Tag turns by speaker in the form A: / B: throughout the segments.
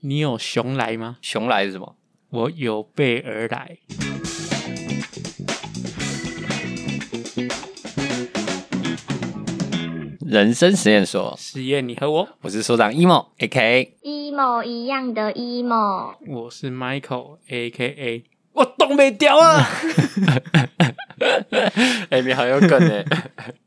A: 你有熊来吗？
B: 熊来是什么？
A: 我有备而来。
B: 人生实验所，
A: 实验你和我，
B: 我是所长 emo A K，
C: emo 一样的 emo，
A: 我是 Michael A K A，我东北屌啊！
B: 哎，你好有梗哎！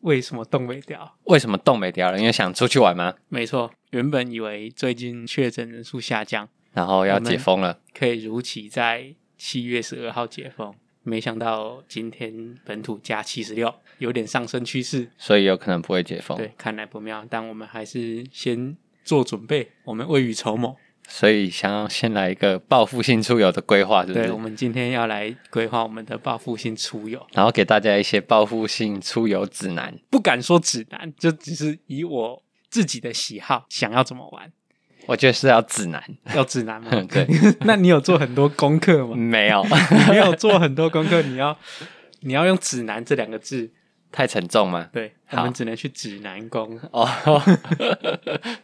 A: 为什么东北屌？
B: 为什么动没掉了？因为想出去玩吗？
A: 没错，原本以为最近确诊人数下降，
B: 然后要解封了，
A: 可以如期在七月十二号解封，没想到今天本土加七十六，有点上升趋势。
B: 所以有可能不会解封。
A: 对，看来不妙，但我们还是先做准备，我们未雨绸缪。
B: 所以想要先来一个报复性出游的规划，是不
A: 对，我
B: 是？
A: 们今天要来规划我们的报复性出游，
B: 然后给大家一些报复性出游指南。
A: 不敢说指南，就只是以我自己的喜好想要怎么 玩，
B: 我觉得是要指南，？
A: 要指南吗
B: 对，
A: 那你有做很多功课 吗？
B: 没有，
A: 你有做很多功课，你要你要用指南这两个字，
B: 太沉重吗？
A: 对，我
B: 好
A: 们只能去指南宫。
B: 哦，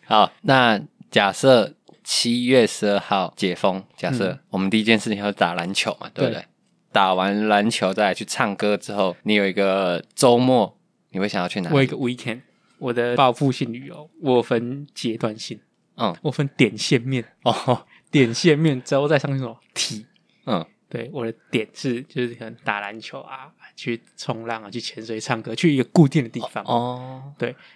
B: 好，那假设七月十二号解封，假设我们第一件事情要打篮球嘛，对不对？
A: 嗯对
B: 打完篮球再来去唱歌之后，你有一个周末，你会想要去哪
A: 我有一
B: 里？
A: 个 weekend，我的报复性旅游，我分阶段性，
B: 嗯，
A: 我分点线面，
B: 哦，
A: 点线面之后再上去什么体。
B: 嗯，
A: 对，我的点是就是可能打篮球啊，去冲浪啊，去潜水、唱歌，去一个固定的地方。
B: 哦，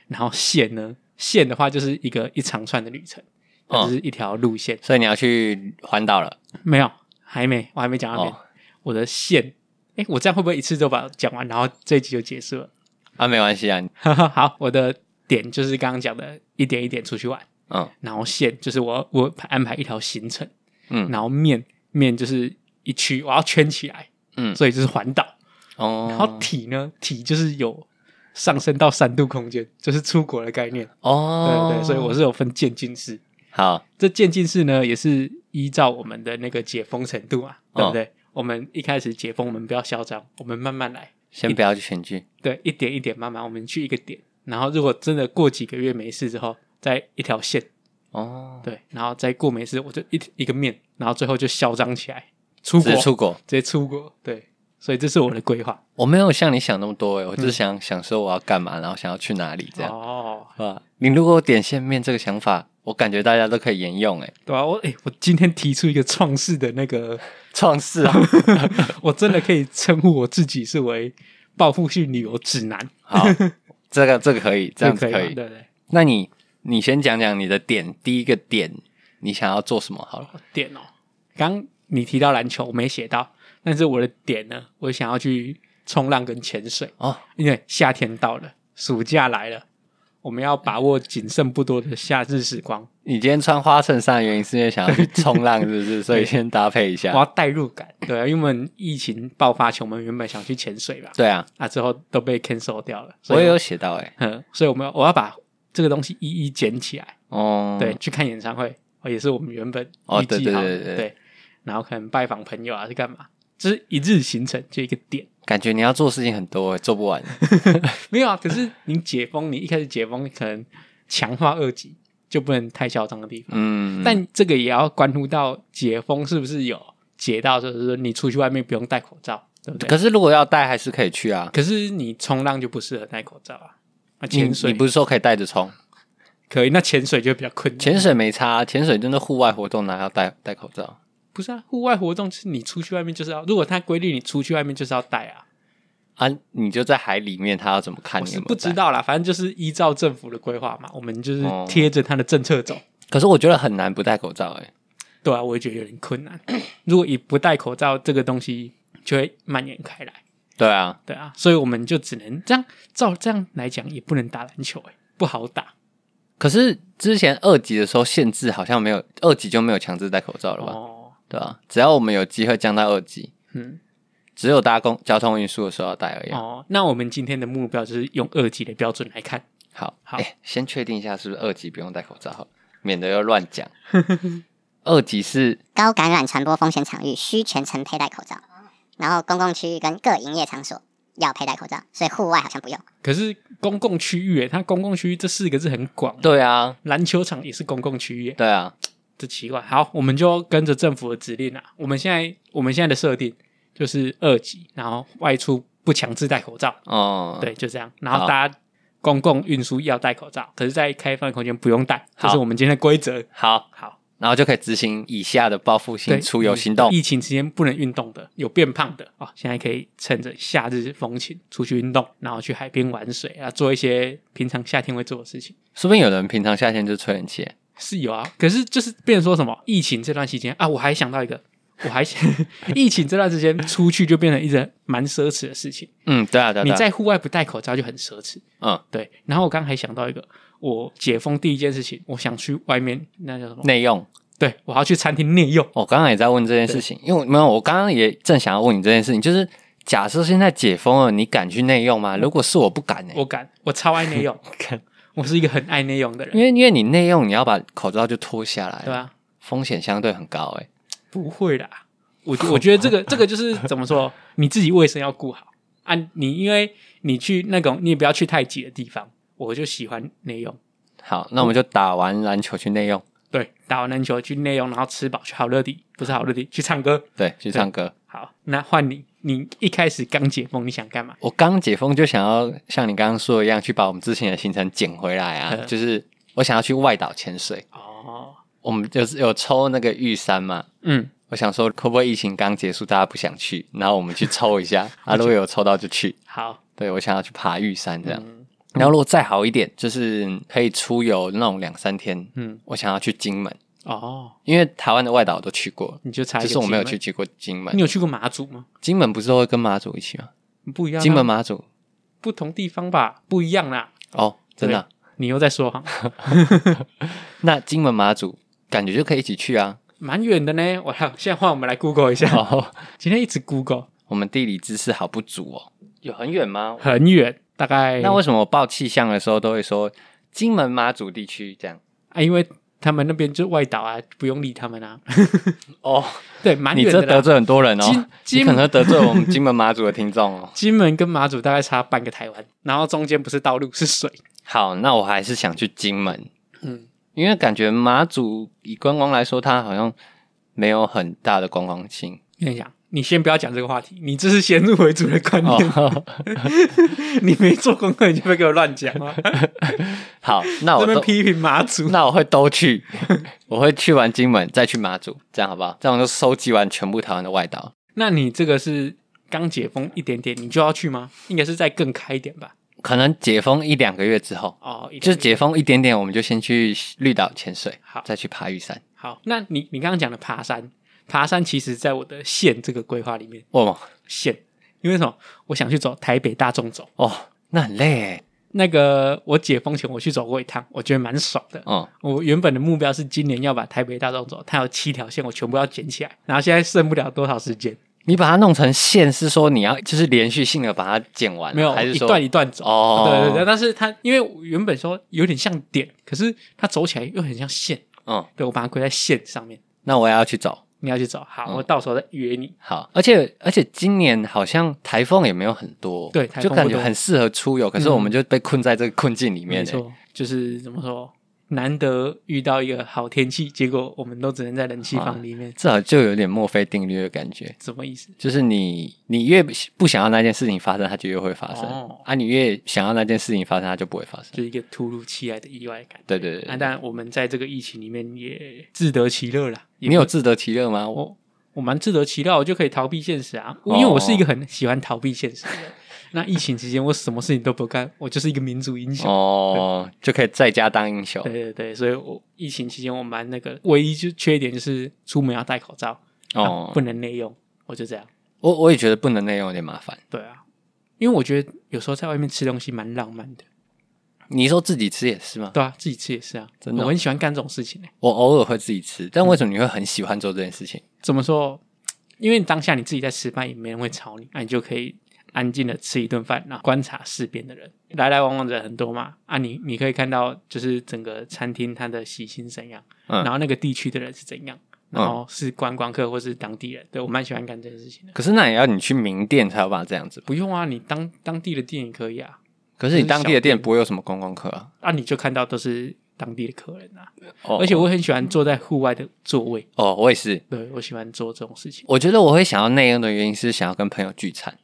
A: 然后线呢，线的话就是一个一长串的旅程，它
B: 哦
A: 就是一条路线。
B: 所以你要去环岛了。
A: 没有，还没，我还没讲到边。
B: 哦
A: 我的线，哎，我这样会不会一次就把它讲完，然后这一集就结束了？
B: 啊，没关系啊，
A: 好，我的点就是刚刚讲的，一点一点出去玩，
B: 嗯
A: 然后线就是我我安排一条行程，
B: 嗯
A: 然后面面就是一区，我要圈起来，
B: 嗯，
A: 所以就是环岛。
B: 哦，
A: 然后体呢，体就是有上升到三度空间，就是出国的概念。
B: 哦，
A: 对对，所以我是有分渐进式。
B: 好，
A: 这渐进式呢，也是依照我们的那个解封程度嘛，啊对不对？我们一开始解封，我们不要嚣张，我们慢慢来，
B: 先不要去选剧，
A: 对，一点一点慢慢，我们去一个点，然后如果真的过几个月没事之后，再一条线，
B: 哦，
A: 对，然后再过没事，我就一一个面，然后最后就嚣张起来，出国，
B: 只是出国。
A: 直接出国，对，所以这是我的规划。
B: 我没有像你想那么多诶，欸我只
A: 嗯
B: 是想、想说我要干嘛，然后想要去哪里这样。
A: 哦，
B: 啊，你如果有点线面这个想法，我感觉大家都可以沿用欸诶，
A: 对啊，我诶、我今天提出一个创世的那个，
B: 创世啊，
A: 我真的可以称呼我自己是为报复性旅游指南，
B: 好，这个这个可以，这样子
A: 可
B: 可
A: 以吗
B: 以。啊
A: 对不对？
B: 那你你先讲讲你的点，第一个点你想要做什么好了？
A: 点哦，刚你提到篮球，我没写到，但是我的点呢，我想要去冲浪跟潜水，
B: 哦，
A: 因为夏天到了，暑假来了，我们要把握仅剩不多的夏日时光，
B: 你今天穿花衬衫的原因是因为想要去冲浪，是不是？所以先搭配一
A: 我
B: 下。
A: 要代入感。对啊，因为我们疫情爆发前，我们原本想去潜水吧，
B: 对啊，
A: 啊，之后都被 cancel 掉了，所
B: 我
A: 以
B: 也有写到欸诶。
A: 嗯，所以我们要我要把这个东西一一捡起来，
B: 哦，
A: 对，，去看演唱会，哦，也是我们原本
B: 哦
A: 预
B: 对
A: 计
B: 对
A: 好
B: 对
A: 的，
B: 对对
A: 对，然后可能拜访朋友啊，是干嘛？就是一日行程，就一个点。
B: 感觉你要做的事情很多诶，欸做不完。
A: 没有啊，可是你解封，你一开始解封，你可能强化二级就不能太嚣张的地方，
B: 嗯，
A: 但这个也要关乎到解封是不是有解到，就是说你出去外面不用戴口罩，对不对？
B: 可是如果要带还是可以去啊。
A: 可是你冲浪就不适合戴口罩啊，那
B: 你
A: 潜
B: 你
A: 水
B: 不是说可以带着冲？
A: 可以，那潜水就比较困难。
B: 潜水没差，啊潜水真的户外活动哪要戴戴口罩？
A: 不是啊，户外活动是你出去外面就是要，如果它规定你出去外面就是要戴啊，
B: 啊，你就在海里面，他要怎么看
A: 我
B: 你有
A: 是
B: 没
A: 不
B: 有
A: 知
B: 带？
A: 道啦，反正就是依照政府的规划嘛，我们就是
B: 哦
A: 贴着它的政策走。
B: 可是我觉得很难不戴口罩、欸，
A: 对啊，我也觉得有点困难。如果以不戴口罩这个东西就会蔓延开来，
B: 对啊，
A: 对啊，所以我们就只能这样，照这样来讲也不能打篮球、欸，不好打
B: 可是之前二级的时候限制好像没有，二级就没有强制戴口罩了吧？
A: 哦。
B: 对啊，只要我们有机会降到二级，
A: 嗯，
B: 只有搭公交通运输的时候要戴而已。
A: 哦，那我们今天的目标就是用二级的标准来看，
B: 好，
A: 好
B: 欸先确定一下是不是二级不用戴口罩好了，免得又 乱讲。二级是
C: 高感染传播风险场域需全程佩戴口罩，然后公共区域跟各营业场所要佩戴口罩，所以户外好像不用。
A: 可是公共区域、欸，它公共区域这四个字很广，
B: 对啊，
A: 篮球场也是公共区域欸、
B: 对啊，
A: 这奇怪。好，我们就跟着政府的指令啊。我们现在我们现在的设定就是二级，然后外出不强制戴口罩，
B: 哦，，
A: 对，就这样。然后
B: 好
A: 大家公共运输要戴口罩，可是，在开放空间不用戴，这
B: 好
A: 是我们今天的规则。
B: 好，
A: 好，
B: 然后就可以执行以下的报复性
A: 对，
B: 出游行动。
A: 疫情期间不能运动的，有变胖的哦，现在可以趁着夏日风情出去运动，然后去海边玩水啊，做一些平常夏天会做的事情。
B: 说不定有人平常夏天就吹冷气，欸
A: 是有啊，可是就是变成说什么疫情这段期间啊，我还想到一个，我还想 疫情这段时间出去就变成一件蛮奢侈的事情。
B: 嗯，对啊，对啊，
A: 你
B: 对啊
A: 在户外不戴口罩就很奢侈，
B: 嗯
A: 对。然后我刚刚还想到一个，我解封第一件事情，我想去外面那叫什么？
B: 内用。
A: 对我要去餐厅内用。
B: 我刚刚也在问这件事情，因为我没有，我刚刚也正想要问你这件事情，就是假设现在解封了，你敢去内用吗？如果是嗯我不敢呢、欸
A: 我敢，我超爱内用，我是一个很爱内用的人，
B: 因为因为你内用，你要把口罩就脱下来，
A: 对吧、
B: 风险相对很高哎、
A: 不会啦，我觉我觉得这个这个就是怎么说，你自己卫生要顾好啊。你因为你去那种，你也不要去太挤的地方。我就喜欢内用，
B: 好，那我们就打完篮球去内用，
A: 对，打完篮球去内用，然后吃饱去好乐迪，不是好乐迪去唱歌。
B: 对，去唱歌。
A: 好，那换你，你一开始刚解封，你想干嘛？
B: 我刚解封就想要像你刚刚说的一样，去把我们之前的行程捡回来 啊，
A: 嗯
B: 就是我想要去外岛潜水。
A: 哦，
B: 我们就是有抽那个玉山嘛，
A: 嗯，
B: 我想说会不会疫情刚结束，大家不想去，然后我们去抽一 下啊，如果有抽到就去。
A: 好，
B: 对我想要去爬玉山这样，
A: 嗯
B: 然后如果再好一点，就是可以出游那种两三天，
A: 嗯，
B: 我想要去金门，
A: 哦，
B: 因为台湾的外岛我都去过了，
A: 你就差一
B: 只
A: 个
B: 是我没有
A: 金
B: 去
A: 门，
B: 去过金门
A: 你。有去过马祖吗？
B: 金门不是都会跟马祖一起吗？
A: 不一样啊，
B: 金门马祖
A: 不同地方吧，不一样啦。
B: 哦，真的啊、
A: 你又在 说谎，
B: 那金门马祖感觉就可以一起去啊。
A: 蛮远的呢。我要现在换我们来 Google 一下，
B: 哦，
A: 今天一直 Google
B: 我们地理知识好不足哦，有很远吗？
A: 很哎远，大概
B: 那为什么我报气象的时候都会说金门马祖地区这样？
A: 啊，因为他们那边就外岛啊，不用理他们 啊。
B: 哦，
A: 对，蛮
B: 你
A: 远
B: 这
A: 的
B: 得
A: 啦。
B: 罪很多人哦
A: 金，
B: 你
A: 金
B: 可能得罪我们金门马祖的听众哦。
A: 金门跟马祖大概差半个台湾，然后中间不是道路是水。
B: 好，那我还是想去金门，
A: 嗯，
B: 因为感觉马祖以观光来说，它好像没有很大的观 光性。
A: 跟你讲，你先不要讲这个话题，你这是先入为主的观
B: 哦
A: 念，， 你没做功课你就别给我乱讲啊！
B: 好，那
A: 这
B: 我
A: 边
B: 都
A: 批评马祖，
B: 那我会都去，我会去完金门再去马祖，这样好不好？这样我就收集完全部台湾的外岛。
A: 那你这个是刚解封一点点，你就要去吗？应该是再更开一点吧？
B: 可能解封一两个月之后，
A: 哦，一
B: 就是
A: 点
B: 解封一点点，我们就先去绿岛潜水，
A: 好
B: 再去爬玉山。
A: 好。那你你刚刚讲的爬山，爬山其实在我的县这个规划里面，
B: 哦
A: 线，因为什么？我想去走台北大众走。
B: 哦，那很累耶
A: 那个我解封前我去走过一趟，我觉得蛮爽的。
B: 哦，
A: 我原本的目标是今年要把台北大众走，它有七条线，我全部要捡起来。然后现在剩不了多少时间，
B: 你把它弄成线，是说你要就是连续性的把它剪完，
A: 没有
B: 还是
A: 一
B: 说
A: 段一段走。
B: 哦，
A: 对对对，，但是它因为我原本说有点像点，可是它走起来又很像线。
B: 嗯，
A: 对我把它归在线上面。
B: 那我也要去走。
A: 你要去走，好，
B: 嗯
A: 我到时候再约你。
B: 好，而且而且今年好像台风也没有很多，
A: 对台
B: 就
A: 风
B: 感觉
A: 不多
B: 很适合出游。可是
A: 嗯
B: 我们就被困在这个困境里面
A: 没
B: 耶，
A: 错，就是怎么说，难得遇到一个好天气，结果我们都只能在冷气房里面，
B: 这好像就有点墨菲定律的感觉。
A: 什么意思？
B: 就是你，你越不想要那件事情发生，它就越会发生、
A: 哦
B: 啊；你越想要那件事情发生，它就不会发生。
A: 就是一个突如其来的意外感。
B: 对对对
A: 那
B: 对，
A: 当然，我们在这个疫情里面也自得其乐啦。也
B: 你有自得其乐吗？我
A: 我，我蛮自得其乐，我就可以逃避现实啊。
B: 哦
A: 因为我是一个很喜欢逃避现实的人。那疫情期间，我什么事情都不干，我就是一个民族英雄。
B: 哦，就可以在家当英雄
A: 对对对，所以我疫情期间我蛮那个，唯一就缺点就是出门要戴口罩，
B: 哦
A: 啊。不能内用，我就这样。
B: 我我也觉得不能内用有点麻烦。
A: 对啊，因为我觉得有时候在外面吃东西蛮浪漫的，
B: 你说自己吃也是吗？
A: 对啊，自己吃也是啊，
B: 真的哦
A: 我很喜欢干这种事情、欸、
B: 我偶尔会自己吃，
A: 嗯
B: 但为什么你会很喜欢做这件事情？
A: 怎么说？因为当下你自己在吃饭，也没人会吵你，那、你就可以安静的吃一顿饭，然后观察四边的人，来来往往的人很多嘛，啊你，你可以看到就是整个餐厅它的习性怎样，
B: 嗯
A: 然后那个地区的人是怎样，然后是观光客或是当地人，对我蛮喜欢干这件事情的。
B: 可是那也要你去名店才有办法这样子吧？
A: 不用啊，你当当地的店也可以啊，
B: 可是你当地的
A: 小
B: 店
A: 店
B: 不会有什么观光客啊？
A: 啊，你就看到都是当地的客人啊。
B: 哦
A: 而且我很喜欢坐在户外的座位，
B: 哦，我也是，
A: 对我喜欢做这种事情。
B: 我觉得我会想要那样的原因是想要跟朋友聚餐，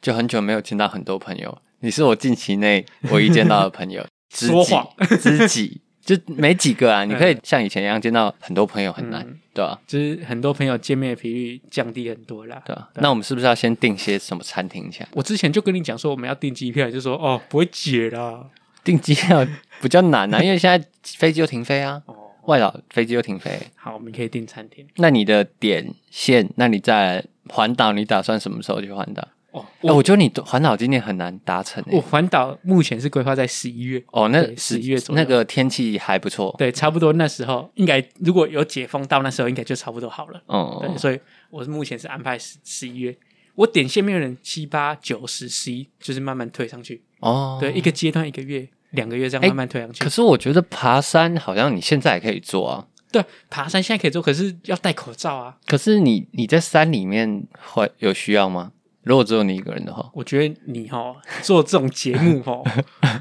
B: 就很久没有见到很多朋友，你是我近期内唯一见到的朋友， 知己
A: 说谎，嗯
B: 知己就没几 个啊。你可以像以前一样见到很多朋友很难，对吧、
A: 就是很多朋友见面的频率降低很多啦。
B: 对啊吧、那我们是不是要先订些什么餐厅一下？
A: 我之前就跟你讲说我们要订机票，你就说哦不会解啦。
B: 订机票比较难啊，因为现在飞机又停飞啊，
A: 哦，
B: 外岛飞机又停飞。
A: 好，我们可以订餐厅。
B: 那你的点线，那你在环岛，你打算什么时候去环岛？
A: 哦，
B: 哎、我觉得你环岛今年很难达成、欸
A: 我。环岛目前是规划在十一月，
B: 哦，那
A: 对11月左右
B: 那个天气还不错。
A: 对，差不多那时候应该如果有解封到那时候，应该就差不多好了。
B: 哦，
A: 对，所以我目前是安排十十一月。我点线面人七八九十十一，就是慢慢推上去。
B: 哦，
A: 对，一。个阶段一个月、两个月这样
B: 哎
A: 慢慢推上去。
B: 可是我觉得爬山好像你现在也可以做啊。
A: 对，爬山现在可以做，可是要戴口罩啊。
B: 可是你你在山里面会有需要吗？如果只有你一个人的话，
A: 我觉得你哦，做这种节目哦，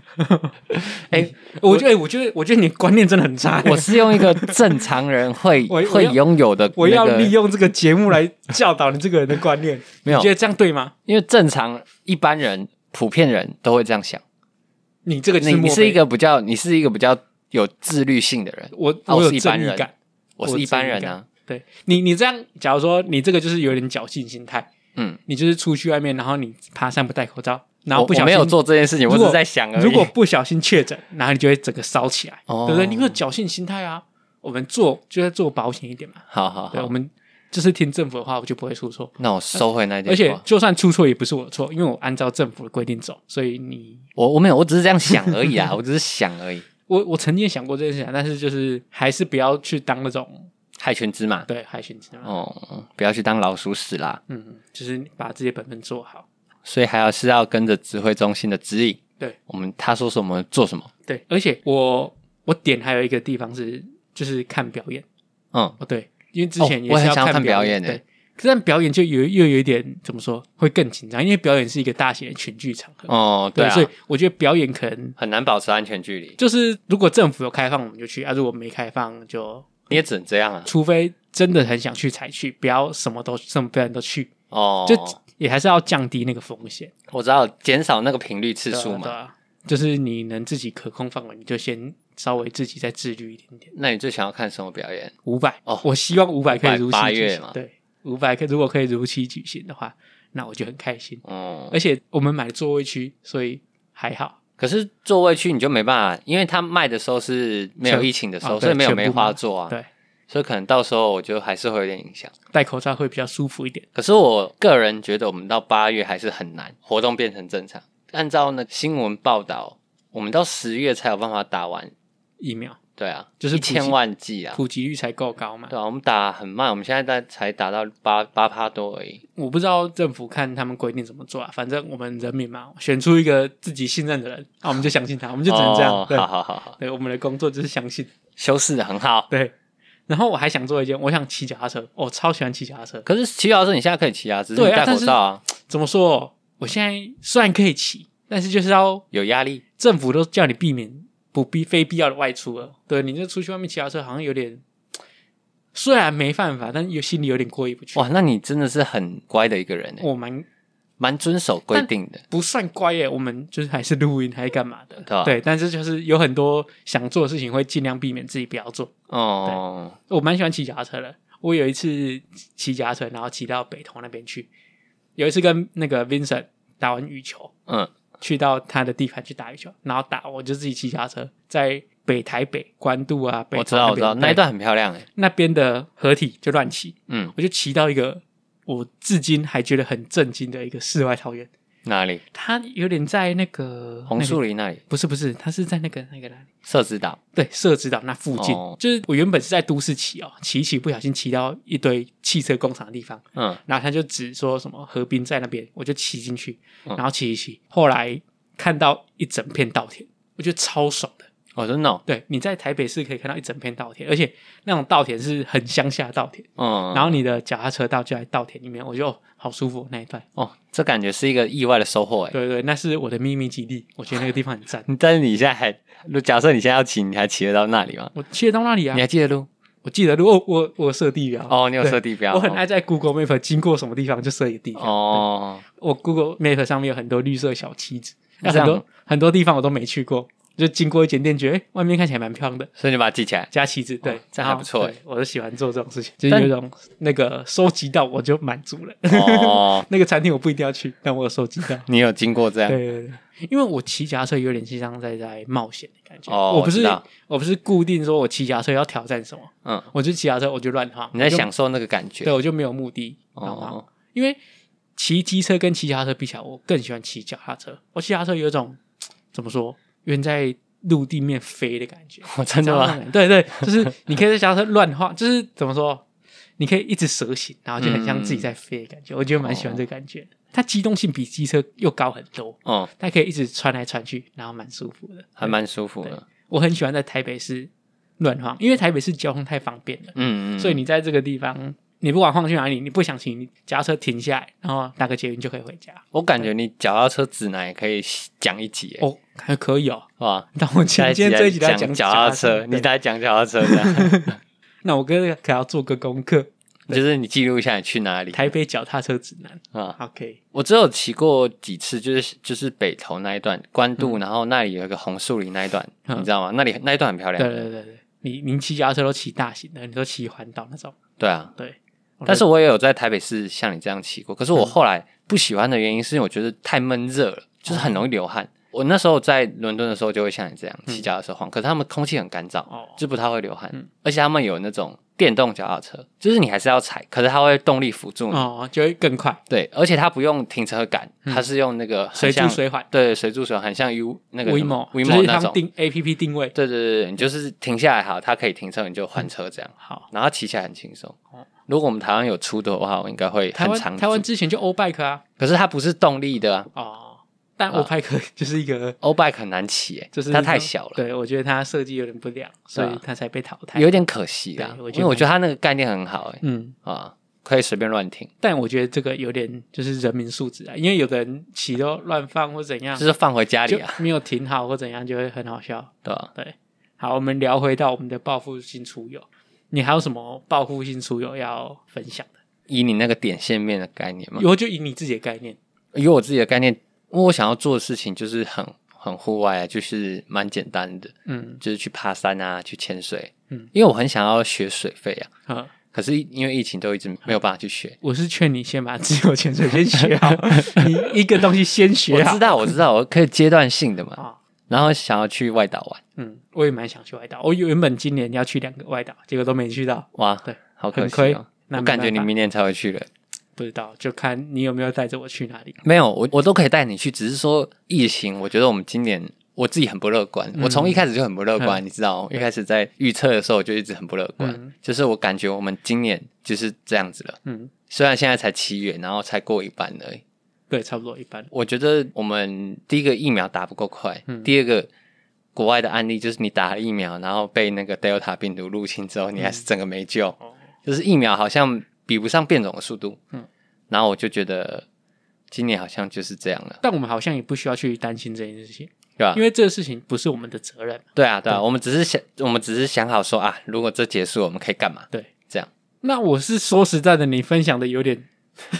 B: 哎、
A: 我觉得，我觉得，我觉得你观念真的很 差。
B: 我是用一个正常人 会
A: 我我要
B: 会拥有的、那个，
A: 我要利用这个节目来教导你这个人的观 念，
B: 没有
A: 你觉得这样对吗？
B: 因为正常一般人、普遍人都会这样想。
A: 你这个就
B: 你你
A: 墨
B: 是
A: 菲
B: 一个比较，你是一个比较有自律性的人，
A: 我
B: 啊我
A: 有
B: 是一
A: 正
B: 般
A: 义
B: 人
A: 感，
B: 我是一般人啊。
A: 对你，你这样，假如说你这个就是有点侥幸心态，
B: 嗯，
A: 你就是出去外面，然后你爬山不戴口罩，然
B: 我
A: 后不小心
B: 我没有做这件事情，
A: 如
B: 我
A: 果，
B: 只是在想而已。
A: 如果不小心确诊，然后你就会整个烧起来，
B: 哦
A: 对不对？你会有侥幸心态啊。我们做就在做保险一点嘛，
B: 好好
A: 对，我
B: 好，
A: 们就是听政府的话，我就不会出错。
B: 那我收回那一点。
A: 而且就算出错也不是我的错，因为我按照政府的规定走，所以你
B: 我我没有，我只是这样想而已啊，我只是想而已，
A: 我我曾经也想过这件事情啊，但是就是还是不要去当那种
B: 害群之马。
A: 对海巡之嘛，
B: 哦，不要去当老鼠屎啦，
A: 嗯，就是把自己的本分做好。
B: 所以还要是要跟着指挥中心的指引。
A: 对，
B: 我们他说什么做什么。
A: 对，而且我我点还有一个地方是就是看表演
B: 嗯，
A: 哦，对，因为之前
B: 哦
A: 也
B: 我
A: 是
B: 很
A: 要
B: 想
A: 看
B: 要看表
A: 演
B: 演
A: 对
B: 欸，
A: 可是但表演就有又有一点怎么说会更紧张，因为表演是一个大型的群聚场合，
B: 哦，对
A: 对，
B: 啊，
A: 所以我觉得表演可能
B: 很难保持安全距离，
A: 就是如果政府有开放我们就去啊，如果没开放就
B: 你也只能这样啊。
A: 除非真的很想去才去，不要什么都什么表演都去，
B: 哦，
A: 就也还是要降低那个风险
B: 我知道减少那个频率次
A: 对啊
B: 数
A: 对
B: 嘛。
A: 啊就是你能自己可控范围，你就先稍微自己再自律一点点。
B: 那你最想要看什么表演？
A: 五百
B: 哦
A: 我希望五百可以如期
B: 500
A: 举
B: 月
A: 行
B: 嘛。
A: 对，五百可如果可以如期举行的话，那我就很开心。
B: 哦，
A: 而且我们买座位区，所以还好。
B: 可是座位区你就没办法，因为他卖的时候是没有
A: 全
B: 疫情的时
A: 哦
B: 候，
A: 对
B: 所以没有
A: 全部
B: 梅花
A: 卖
B: 座啊，
A: 对，
B: 所以可能到时候我就还是会有点影响。
A: 戴口罩会比较舒服一点。
B: 可是我个人觉得，我们到八月还是很难活动变成正常。按照那个新闻报道，我们到十月才有办法打完。
A: 疫苗
B: 对啊，
A: 就是
B: 一
A: 普及
B: 千万剂啊。
A: 普及率才够高嘛？
B: 对啊，我们打很慢，我们现在在才打到八八趴多而已。
A: 我不知道政府看他们规定怎么做啊，反正我们人民嘛，选出一个自己信任的人，啊那、我们就相 信他，我们就只能这样。
B: 哦
A: 对
B: 好好好好，
A: 对，我们的工作就是相信。
B: 修饰的很好。
A: 对，然后我还想做一件，我想骑脚踏车，我、超喜欢骑脚踏车。
B: 可是骑脚踏车你现在可以骑啊，只是
A: 对
B: 你
A: 啊
B: 戴
A: 但
B: 口
A: 是
B: 罩啊，
A: 怎么说？我现在虽然可以骑，但是就是要
B: 有压力。
A: 政府都叫你避免不必非必要的外出了。对，你就出去外面骑脚踏车，好像有点，虽然没犯法，但有心里有点过意不去。
B: 哇，那你真的是很乖的一个人欸，
A: 我蛮
B: 蛮遵守规定的。
A: 不算乖耶，我们就是还是录音还是干嘛的，
B: 对啊
A: 对，但是就是有很多想做的事情会尽量避免自己不要做。
B: 哦，
A: 我蛮喜欢骑脚踏车的，我有一次骑脚踏车，然后骑到北投那边去，有一次跟那个 Vincent 打完羽球，
B: 嗯，
A: 去到他的地盘去打羽球，然后打我就自己骑脚踏车在北台北关渡啊，北
B: 我知
A: 投
B: 道，
A: 那
B: 我知道，
A: 边
B: 那一
A: 对
B: 段很漂亮哎。
A: 那边的合体就乱骑，
B: 嗯，
A: 我就骑到一个我至今还觉得很震惊的一个世外桃源。
B: 哪里？
A: 它有点在那个
B: 红
A: 那
B: 树
A: 个
B: 林那里，
A: 不是不是，它是在那个那个哪里？
B: 社子岛。
A: 对，社子岛那附近。
B: 哦
A: 就是我原本是在都市骑哦，骑一骑不小心骑到一堆汽车工厂的地方，
B: 嗯，
A: 然后他就指说什么河滨在那边，我就骑进
B: 嗯
A: 去，然后骑一骑，后来看到一整片稻田，我觉得超爽的。
B: 哦，真的哦，
A: 对，你在台北市可以看到一整片稻田，而且那种稻田是很乡下稻田，
B: 嗯，
A: 然后你的脚踏车道就在稻田里面，我就、哦好舒服那一段。
B: 哦，这感觉是一个意外的收获哎。。
A: 对对，那是我的秘密基地，我觉得那个地方很赞
B: 但是你现在还，如假设你现在要骑，你还骑得到那里吗？
A: 我去得到那里啊
B: 你，还记得路？
A: 我记得，如果我我设地标
B: 哦，你有
A: 对
B: 设地标，
A: 我很爱在 Google Map 经过什么地方就设一个地标。
B: 哦。
A: 我 Google Map 上面有很多绿色小旗子，那
B: 这
A: 很
B: 样
A: 多很多地方我都没去过，就经过一间店，觉得、诶外面看起来蛮漂亮的，
B: 所以你把它记起来。
A: 加旗子，对，
B: 这
A: 然
B: 还
A: 后
B: 哦不错
A: 对
B: 诶
A: 我就喜欢做这种事情，就是有一种那个收集到我就满足了。
B: 哦，
A: 那个餐厅我不一定要去，但我有收集到。
B: 你有经 过这
A: 对
B: 样？
A: 对对，因为我骑脚踏车有点像在在冒险的感觉。
B: 哦
A: 我不
B: 我
A: 是
B: 知道
A: 我不是固定说我骑脚踏车要挑战什么，
B: 嗯，
A: 我就骑脚踏车我就乱晃。
B: 你在
A: 我就
B: 享受那个感
A: 对，
B: 觉。
A: 我就没有目的。哦，
B: 哦，
A: 因为骑机车跟骑脚踏车比起来，我更喜欢骑脚踏车。我骑脚踏车有一种怎么说，远在陆地面飞的感觉。
B: 我哦真
A: 你知
B: 的
A: 道那
B: 吗？
A: 种感觉？对对，就是你可以在脚踏车乱晃，就是怎么说，你可以一直蛇行，然后就很像自己在飞的感觉。我觉得蛮喜欢这个感觉。它机动性比机车又高很多，
B: 哦，
A: 它可以一直穿来穿去，然后蛮舒服的。
B: 还蛮舒服的。
A: 我很喜欢在台北市乱晃，因为台北市交通太方便了。
B: 嗯嗯，
A: 所以你在这个地方，你不管晃去哪里，你不想骑，你脚踏车停下来，然后搭个捷运就可以回家。
B: 我感觉你脚踏车指南也可以讲一集耶，欸
A: 哦，还可以哦。
B: 哇！
A: 但我今
B: 下
A: 天
B: 集
A: 今天这一集都
B: 来
A: 在讲
B: 脚踏车，你
A: 对
B: 来讲脚踏车 这样，
A: 那我哥可要做个功课，
B: 就是你记录一下你去哪里
A: 台北脚踏车指南。
B: 啊。
A: OK，
B: 我只有骑过几次，就是就是北投那一段关渡，然后那里有一个红树林那一段，
A: 嗯
B: 你知道吗？那里那一段很漂
A: 对
B: 亮，
A: 对对对，你您骑脚踏车都骑大型的，你都骑环岛那种，
B: 对啊。
A: 对。
B: 但是我也有在台北市像你这样骑过，可是
A: 嗯
B: 我后来不喜欢的原因是因为我觉得太闷热了，就是很容易流
A: 嗯
B: 汗。我那时候在伦敦的时候就会像你这样骑脚踏车晃，可是他们空气很干燥，
A: 哦
B: 就不太会流汗，
A: 嗯
B: 而且他们有那种电动脚踏车，就是你还是要踩，可是它会动力辅助你，
A: 哦，就会更快，
B: 对，而且它不用停车杆，它是用那个
A: 嗯随
B: 很
A: 住
B: 像
A: 水缓。
B: 对水柱手，很像 U 那个
A: WeMo，
B: v
A: 就
B: m o
A: 是
B: 那
A: 他们
B: 种，
A: 定 A P P 定位。
B: 对对对，对你就是停下来好，它可以停车，你就换车这样，
A: 好，
B: 然后骑起来很轻松
A: 哦。
B: 如果我们台湾有出的话，我应该会
A: 台
B: 很
A: 湾
B: 常
A: 台湾
B: 租
A: 之前就 O Bike 啊，
B: 可是它不是动力的、啊、
A: 哦，但
B: 啊
A: O Bike 就是一个，
B: ，O bike 很难骑、欸，
A: 就是
B: 它太小了，啊
A: 对我觉得它设计有点不良，所以它才被淘汰。
B: 有点可惜啊。
A: 对我觉得
B: 因为我觉得它那个概念很好、欸，
A: 嗯，
B: 啊，可以随便乱停，
A: 但我觉得这个有点就是人民素质啊，因为有的人骑都乱放或怎样，
B: 就是放回家
A: 就
B: 里啊，
A: 没有停好或怎样，就会很好笑。
B: 对啊吧、
A: 好，我们聊回到我们的报复性出游，你还有什么报复性出游要分享的？
B: 以你那个点线面的概念嘛，
A: 以后就以你自己的概念，
B: 以我自己的概念，因为我想要做的事情就是很很户外啊，就是蛮简单的，
A: 嗯
B: 就是去爬山啊，去潜水，
A: 嗯，
B: 因为我很想要学水肺啊，
A: 啊，
B: 可是因为疫情都一直没有办法去学。
A: 我是劝你先把自由潜水先学 好，你一个东西先
B: 我
A: 学好
B: 知道，我知道，我可以阶段性的嘛，
A: 啊。
B: 然后想要去外岛玩，
A: 嗯，我也蛮想去外岛，我原本今年要去两个外岛，结果都没去到，
B: 哇，
A: 对，
B: 好可
A: 很
B: 惜
A: 亏。
B: 哦。
A: 那
B: 我
A: 没
B: 感觉
A: 办
B: 你
A: 法
B: 明年才会去了。
A: 不知道，就看你有没有带着我去哪里。
B: 没有，我我都可以带你去，只是说疫情，我觉得我们今年我自己很不乐观。
A: 嗯
B: 我从一开始就很不乐观，你知道吗，一开始在预测的时候我就一直很不乐观，
A: 嗯
B: 就是我感觉我们今年就是这样子了。
A: 嗯，
B: 虽然现在才七月，然后才过一半而已，
A: 对，差不多一般。
B: 我觉得我们第一个疫苗打不够快，
A: 嗯
B: 第二个国外的案例就是你打了疫苗，然后被那个 Delta 病毒入侵之后，你还是整个没救，
A: 哦
B: 就是疫苗好像比不上变种的速度。
A: 嗯，
B: 然后我就觉得今年好像就是这样了，
A: 但我们好像也不需要去担心这件事情，
B: 对吧？
A: 因为这个事情不是我们的责任。
B: 对啊，对啊，
A: 对
B: 我们只是想，我们只是想好说啊，如果这结束，我们可以干嘛？
A: 对，
B: 这样
A: 那我是说实在的，你分享的有 点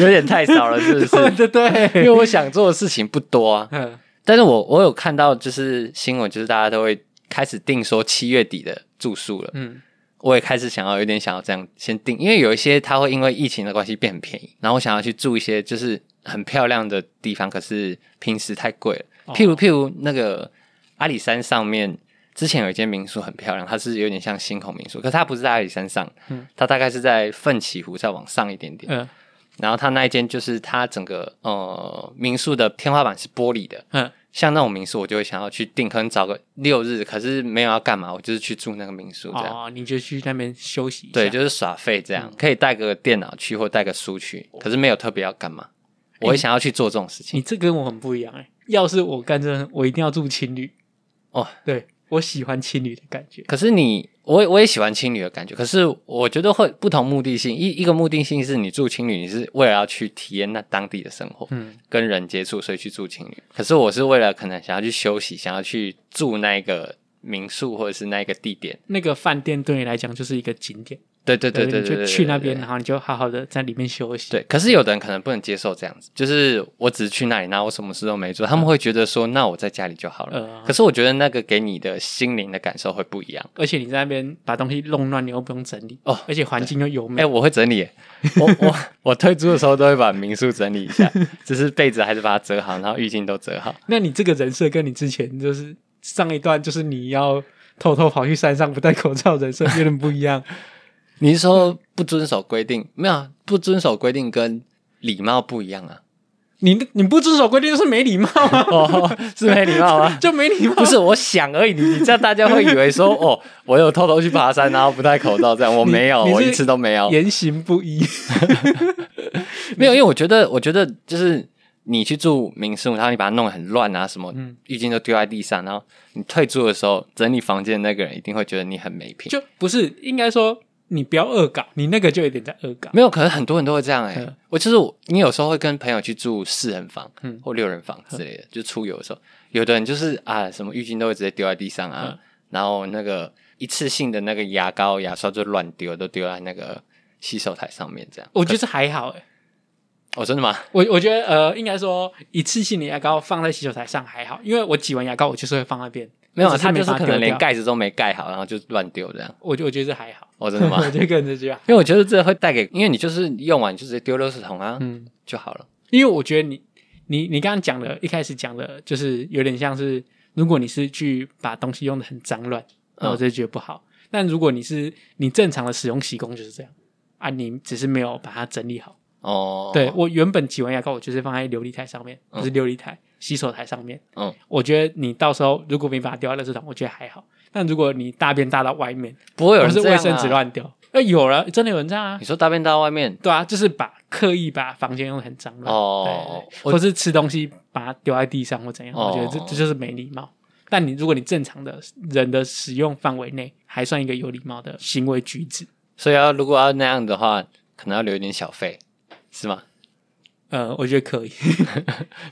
B: 有点太少了，是不是？
A: 对对
B: 因
A: 对，
B: 为我想做的事情不多啊，
A: 嗯
B: 但是我我有看到就是新闻，就是大家都会开始定说七月底的住宿了。
A: 嗯
B: 我也开始想要有点想要这样先定，因为有一些它会因为疫情的关系变很便宜，然后我想要去住一些就是很漂亮的地方，可是平时太贵
A: 哦
B: 了。譬如譬如那个阿里山上面之前有一间民宿很漂亮，它是有点像星空民宿，可是它不是在阿里山上
A: 嗯，
B: 它大概是在奋起湖再往上一点点。
A: 嗯
B: 然后它那一间就是它整个呃民宿的天花板是玻璃的，
A: 嗯，
B: 像那种民宿，我就会想要去定，可能找个六日，可是没有要干嘛，我就是去住那个民宿这样。
A: 哦，你就去那边休息一下。嗯
B: 对，就是耍废这样，可以带个电脑去或带个书去，可是没有特别要干嘛。我会想要去做这种事
A: 哦你
B: 情，
A: 欸这跟我很不一样哎、要是我干这，我一定要住情侣，
B: 哦，
A: 对我喜欢情侣的感觉。
B: 可是你，我也我也喜欢青旅的感觉，可是我觉得会不同目的性。一一个目的性是你住青旅，你是为了要去体验那当地的生活，
A: 嗯，
B: 跟人接触，所以去住青旅。可是我是为了可能想要去休息，想要去住那个民宿或者是那个地点。
A: 那个饭店对你来讲就是一个景点，
B: 对对对对对，
A: 你就
B: 对对
A: 去那
B: 对
A: 边，啊然后你就好好的在里面休息。
B: 对，可是有的人可能不能接受这样子，就是我只是去那里，那我什么事都没做，他们会觉得说，那我在家里就好了。
A: 呃
B: 可是我觉得那个给你的心灵的感受会不一样。
A: 而且你在那边把东西弄乱，你又不用整理
B: 哦
A: 而且环境又优
B: 哎、
A: 美。
B: 我会整理耶， 我我我退租的时候都会把民宿整理一 下，只是被子还是把它折好，然后浴巾都折好。
A: 那你这个人设跟你之前就是上一段就是你要偷偷跑去山上不戴口罩人设有点不一 样。
B: 你是说不遵守规定？没有啊，不遵守规定跟礼貌不一样啊。
A: 你你不遵守规定就是没礼貌 啊，
B: 哦， 是没礼貌吗？
A: 就没礼貌。
B: 不是，我想而已。你你这样大家会以为说，哦，我有偷偷去爬山，然后不戴口罩这样。我
A: 你
B: 没有，
A: 你是
B: 我一次都没有。
A: 言行不 一。
B: 没有，因为我觉得，我觉得就是你去住民宿，然后你把它弄得很乱啊，什么
A: 嗯
B: 浴巾都丢在地上，然后你退租的时候，整理房间的那个人一定会觉得你很没品。
A: 就不是应该说你不要恶搞，你那个就有点在恶搞。
B: 没有，可能很多人都会这样哎、
A: 嗯
B: 我就是我，你有时候会跟朋友去住四人房，
A: 嗯
B: 或六人房之类的，就出游的时候，有的人就是啊，什么浴巾都会直接丢在地上啊，
A: 嗯
B: 然后那个一次性的那个牙膏、牙刷就乱丢，都丢在那个洗手台上面这样。
A: 我觉得这还好哎、
B: 呃哦，真的吗？
A: 我我觉得呃，应该说一次性的牙膏放在洗手台上还好，因为我挤完牙膏我就是会放那边，
B: 没有啊，
A: 我只
B: 他
A: 没
B: 就是
A: 把它
B: 可能
A: 丢
B: 连
A: 掉，
B: 盖子都没盖好，然后就乱丢这样。
A: 我就我觉得这还好，
B: 哦，真的吗
A: 我？就跟着这样，
B: 因为我觉得这会带给，因为你就是用完你就直接丢垃圾桶啊，
A: 嗯，
B: 就好了。
A: 因为我觉得你你你刚刚讲的，一开始讲的就是有点像是，如果你是去把东西用的很脏乱，
B: 嗯
A: 那我就觉得不好。但如果你是你正常的使用习惯就是这样啊，你只是没有把它整理好。
B: 哦，
A: 对我原本挤完牙膏，我就是放在琉璃台上面，
B: 嗯
A: 不是琉璃台、洗手台上面。
B: 嗯，
A: 我觉得你到时候如果没把它丢到垃圾桶，我觉得还好。但如果你大便大到外面，
B: 不会有
A: 或
B: 人
A: 是
B: 这
A: 卫
B: 样
A: 生纸
B: 啊。
A: 乱丢，那、有了，真的有人这样啊
B: 你？说大便到外面，
A: 对啊，就是把刻意把房间用得很脏乱，
B: 哦
A: 对对
B: 我
A: 或是吃东西把它丢在地上或怎样，
B: 哦
A: 我觉得这这就是没礼貌。但你如果你正常的人的使用范围内，还算一个有礼貌的行为举止。
B: 所以要如果要那样的话，可能要留一点小费，是吗？
A: 呃，我觉得可以，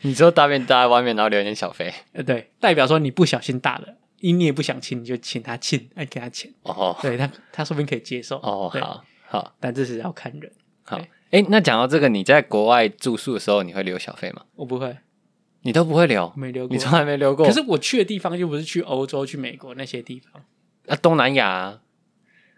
B: 你说大便搭在外面，然后留一点小费，
A: 呃，对，代表说你不小心大了，因你也不想亲，你就请他亲，哎，给他钱，
B: 哦
A: 对他，他说不定可以接受。
B: 哦，
A: 对，
B: 好好
A: 但这是要看人，
B: 好
A: 对。
B: 哎，那讲到这个，你在国外住宿的时候，你会留小费吗？
A: 我不会，
B: 你都不会留
A: 我，没留过
B: 你。从来没留过。
A: 可是我去的地方又不是去欧洲、去美国那些地方，
B: 啊，东南亚啊，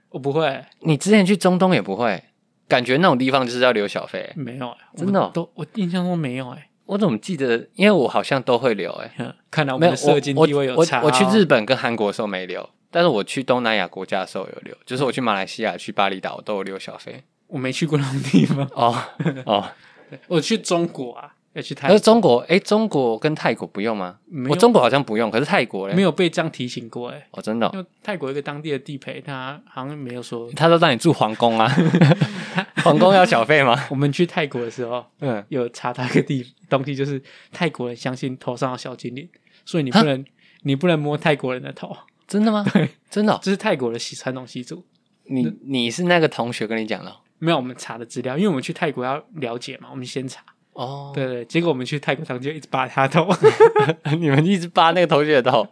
A: 我不会，
B: 你之前去中东也不会，感觉那种地方就是要留小费。
A: 没有，哎
B: 真的哦
A: 我都我印象中没有，哎，
B: 我怎么记得？因为我好像都会留，哎，
A: 哼 看来我
B: 没
A: 们
B: 有
A: 的社经
B: 我
A: 地位有
B: 我
A: 差哦。
B: 我去日本跟韩国的时候没留，但是我去东南亚国家的时候有留，就是我去马来西亚、去巴厘岛我都有留小费。
A: 我没去过那种地方，
B: 哦 哦，
A: 我去中国啊，要去泰
B: 可是
A: 国，
B: 中国，哎、中国跟泰国不用吗？
A: 没有
B: 我中国好像不用，可是泰国嘞，
A: 没
B: 有，
A: 有被这样提醒过，哎，
B: 哦，真的哦、
A: 因为泰国一个当地的地陪，他好像没有说，
B: 他都让你住皇宫啊，皇宫要小 费吗？
A: 我们去泰国的时候。
B: 嗯，
A: 有查到一个地东西，就是泰国人相信头上有小精灵，所以你不能你不能摸泰国人的头，
B: 真的吗？ 真的哦、
A: 这是泰国的习传统习俗。
B: 你你是那个同学跟你讲的哦
A: 没有我们查的资料，因为我们去泰国要了解嘛，我们先查。
B: 哦。
A: 对对，结果我们去泰国，他们就一直拔他头，
B: 对， 你们一直扒那个同学的头，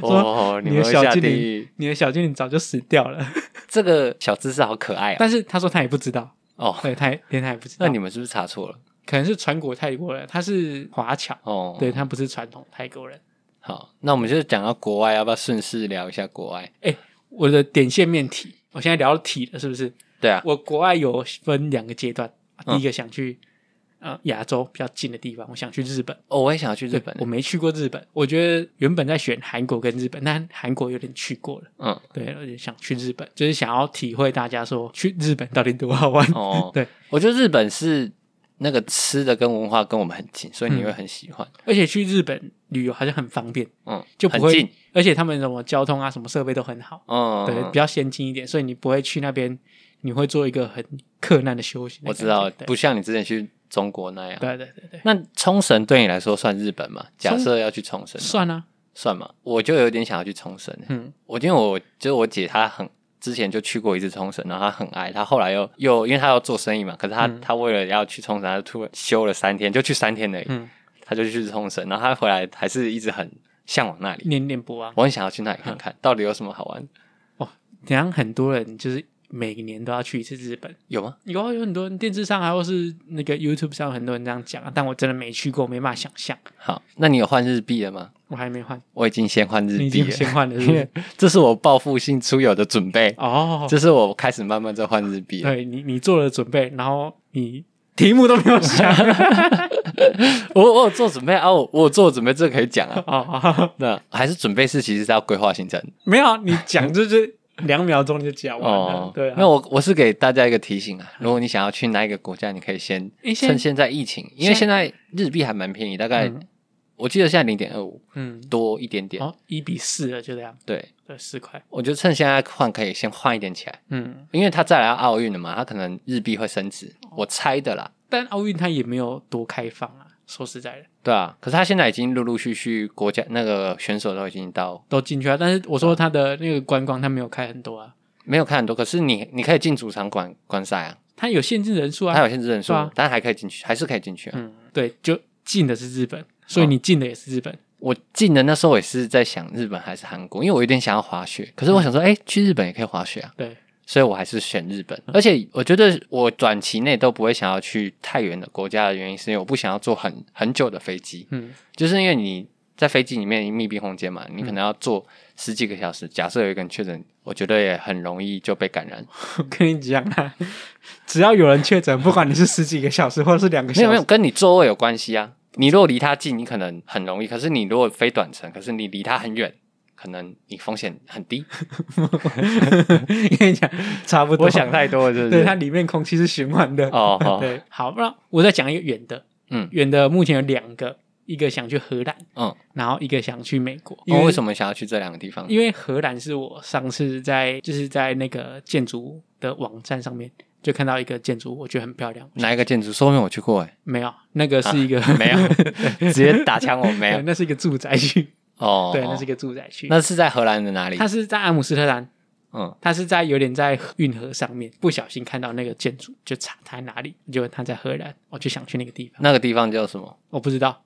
B: 哦，
A: 你
B: 们
A: 的
B: 会
A: 小
B: 下
A: 精
B: 地
A: 灵
B: 狱。，
A: 你的小精灵早就死掉了。
B: 这个小姿势好可爱啊！
A: 但是他说他也不知道，
B: 哦，
A: 对，他也连他也不知道。
B: 那你们是不是查错了？
A: 可能是传国泰国人，他是华侨，
B: 哦，
A: 对他不是传统泰国人。
B: 好，那我们就讲到国外，要不要顺势聊一下国外？
A: 我的点线面体，我现在聊到体了，是不是？
B: 对啊，
A: 我国外有分两个阶段，
B: 嗯
A: 第一个想去呃亚洲比较近的地方，我想去日本。
B: 哦，我也想要去日
A: 对
B: 本。
A: 我没去过日本，我觉得原本在选韩国跟日本，但韩国有点去过了，
B: 嗯，
A: 对，我就想去日本，就是想要体会大家说去日本到底多好玩。，
B: 哦
A: 对，
B: 我觉得日本是那个吃的跟文化跟我们很近，所以你会很喜欢。
A: 而且去日本旅游好像很方便，
B: 嗯，
A: 就不
B: 很
A: 会
B: 近。，
A: 而且他们什么交通啊、什么设备都很好，
B: 嗯，
A: 对，比较先进一点，所以你不会去那边，你会做一个很克难的修行的
B: 我
A: 感觉。
B: 知道，
A: 对
B: 不像你之前去中国那样。
A: 对对对对，
B: 那冲绳对你来说算日本吗？假设要去冲绳，
A: 算啊，
B: 算嘛，我就有点想要去冲绳。欸
A: 嗯，
B: 我因为我就是我姐，她很之前就去过一次冲绳，然后她很爱，她后来又又因为她要做生意嘛，可是她、
A: 嗯
B: 她为了要去冲绳，她就突然休了三天，就去三天而已，
A: 嗯
B: 她就去冲绳，然后她回来还是一直很向往那里，
A: 念念不忘。
B: 我很想要去那里
A: 嗯
B: 看看，到底有什么好玩，
A: 怎样？很多人就是每年都要去一次日本，
B: 有吗？
A: 有啊，有很多人电视上啊，或是那个 YouTube 上，很多人这样讲啊，但我真的没去过，没办法想象。
B: 好，那你有换日币了吗？
A: 我还没换，
B: 我已经先换日
A: 你已
B: 币啊
A: 经
B: 了，
A: 先换了是不 是
B: 这是我报复性出游的准备，
A: 哦，
B: 这是我开始慢慢在换日币了。
A: 对你你做了准备，然后你题目都没有 想，。
B: 我我有做准备啊，我我有做准备，这个可以讲啊
A: 哦，
B: 那还是准备是其实是要规划行程
A: 没有啊，你讲就是两秒钟就讲完了，
B: 哦。
A: 对啊，
B: 那我我是给大家一个提醒啊，如果你想要去哪一个国家，你可以先
A: 诶现
B: 趁现在疫情，因为现在日币还蛮便宜，大概
A: 嗯
B: 我记得现在零点二五
A: 嗯，
B: 多一点点。
A: 哦，一比四了，就这样，
B: 对，
A: 对，四块，
B: 我觉得趁现在换可以先换一点起来，
A: 嗯，
B: 因为它再来奥运了嘛，它可能日币会升值，我猜的啦。
A: 但奥运它也没有多开放啊，说实在的，
B: 对啊，可是他现在已经陆陆续续国家那个选手都已经到
A: 都进去啊，但是我说它的那个观光它没有开很多啊，
B: 没有看很多，可是你你可以进主场馆观赛啊，
A: 它有限制人数啊，
B: 它有限制人数，
A: 对啊
B: 但还可以进去，还是可以进去啊。
A: 嗯，对，就进的是日本，所以
B: 哦
A: 你进的也是日本。
B: 我进的那时候也是在想日本还是韩国，因为我有点想要滑雪，可是我想说，哎、去日本也可以滑雪啊，
A: 嗯对，嗯
B: 所以我还是选日本。而且我觉得我短期内都不会想要去太远的国家的原因，是因为我不想要坐很很久的飞机，
A: 嗯，
B: 就是因为你在飞机里面密闭空间嘛，你可能要坐十几个小时。假设有一个人确诊，我觉得也很容易就被感染。
A: 我跟你讲啊，只要有人确诊，不管你是十几个小时或者是两个
B: 没有
A: 小
B: 没有，
A: 时，
B: 跟你座位有关系啊。你如果离他近，你可能很容易；可是你如果飞短程，可是你离他很远，可能你风险很低。
A: 跟你讲差不多。
B: 我想，太多了，是不
A: 对，
B: 是
A: 它？里面空气是循环的。
B: 哦哦
A: 对，好，那我再讲一个远的，
B: 嗯
A: 远的目前有两个，一个想去荷兰，
B: 嗯，
A: 然后一个想去美国。因
B: 哦我为什
A: 么？
B: 么想要去这两个地方？
A: 因为荷兰是我上次在就是在那个建筑的网站上面就看到一个建筑，我觉得很漂亮。
B: 哪一个建筑？说明我去 过、欸，
A: 没有，那个是一个、
B: 啊没有，直接打 枪我没有
A: 对，。那是一个住宅区，
B: 哦，
A: 对，那是一
B: 个，
A: 个住宅区。
B: 那是在荷兰的哪里
A: 它？是在阿姆斯特丹，
B: 嗯，
A: 它是在有点在运河上面，不小心看到那个建筑，就查它在哪里，结果它在荷兰，我就想去那个地方，
B: 那个地方叫什么？
A: 我不知道，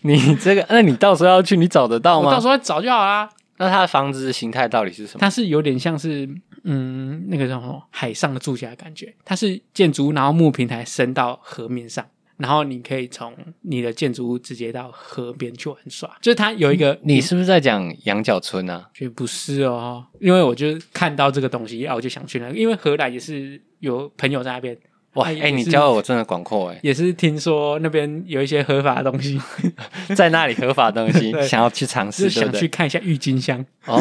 B: 你这个，那你到时候要去，你找得到
A: 我
B: 吗？
A: 到时候找就好啦。
B: 那它的房子的形态到底是什么？
A: 它是有点像是嗯那个叫什么海上的住家的感觉，它是建筑，然后木平台伸到河面上。然后你可以从你的建筑物直接到河边去玩耍，就是它有一个
B: 你是不是在讲羊角村啊？
A: 觉得不是哦，因为我就是看到这个东西，啊，我就想去那个，因为荷兰也是有朋友在那边，
B: 哇，
A: 哎
B: 哎、
A: 也
B: 你
A: 是
B: 教我真的广阔哎。
A: 也是听说那边有一些合法的东 西，
B: 在那里合法的东 西
A: 对，
B: 想要去尝
A: 就
B: 试，
A: 是
B: 对不
A: 想去
B: 对？
A: 看一下郁金香。
B: 哦，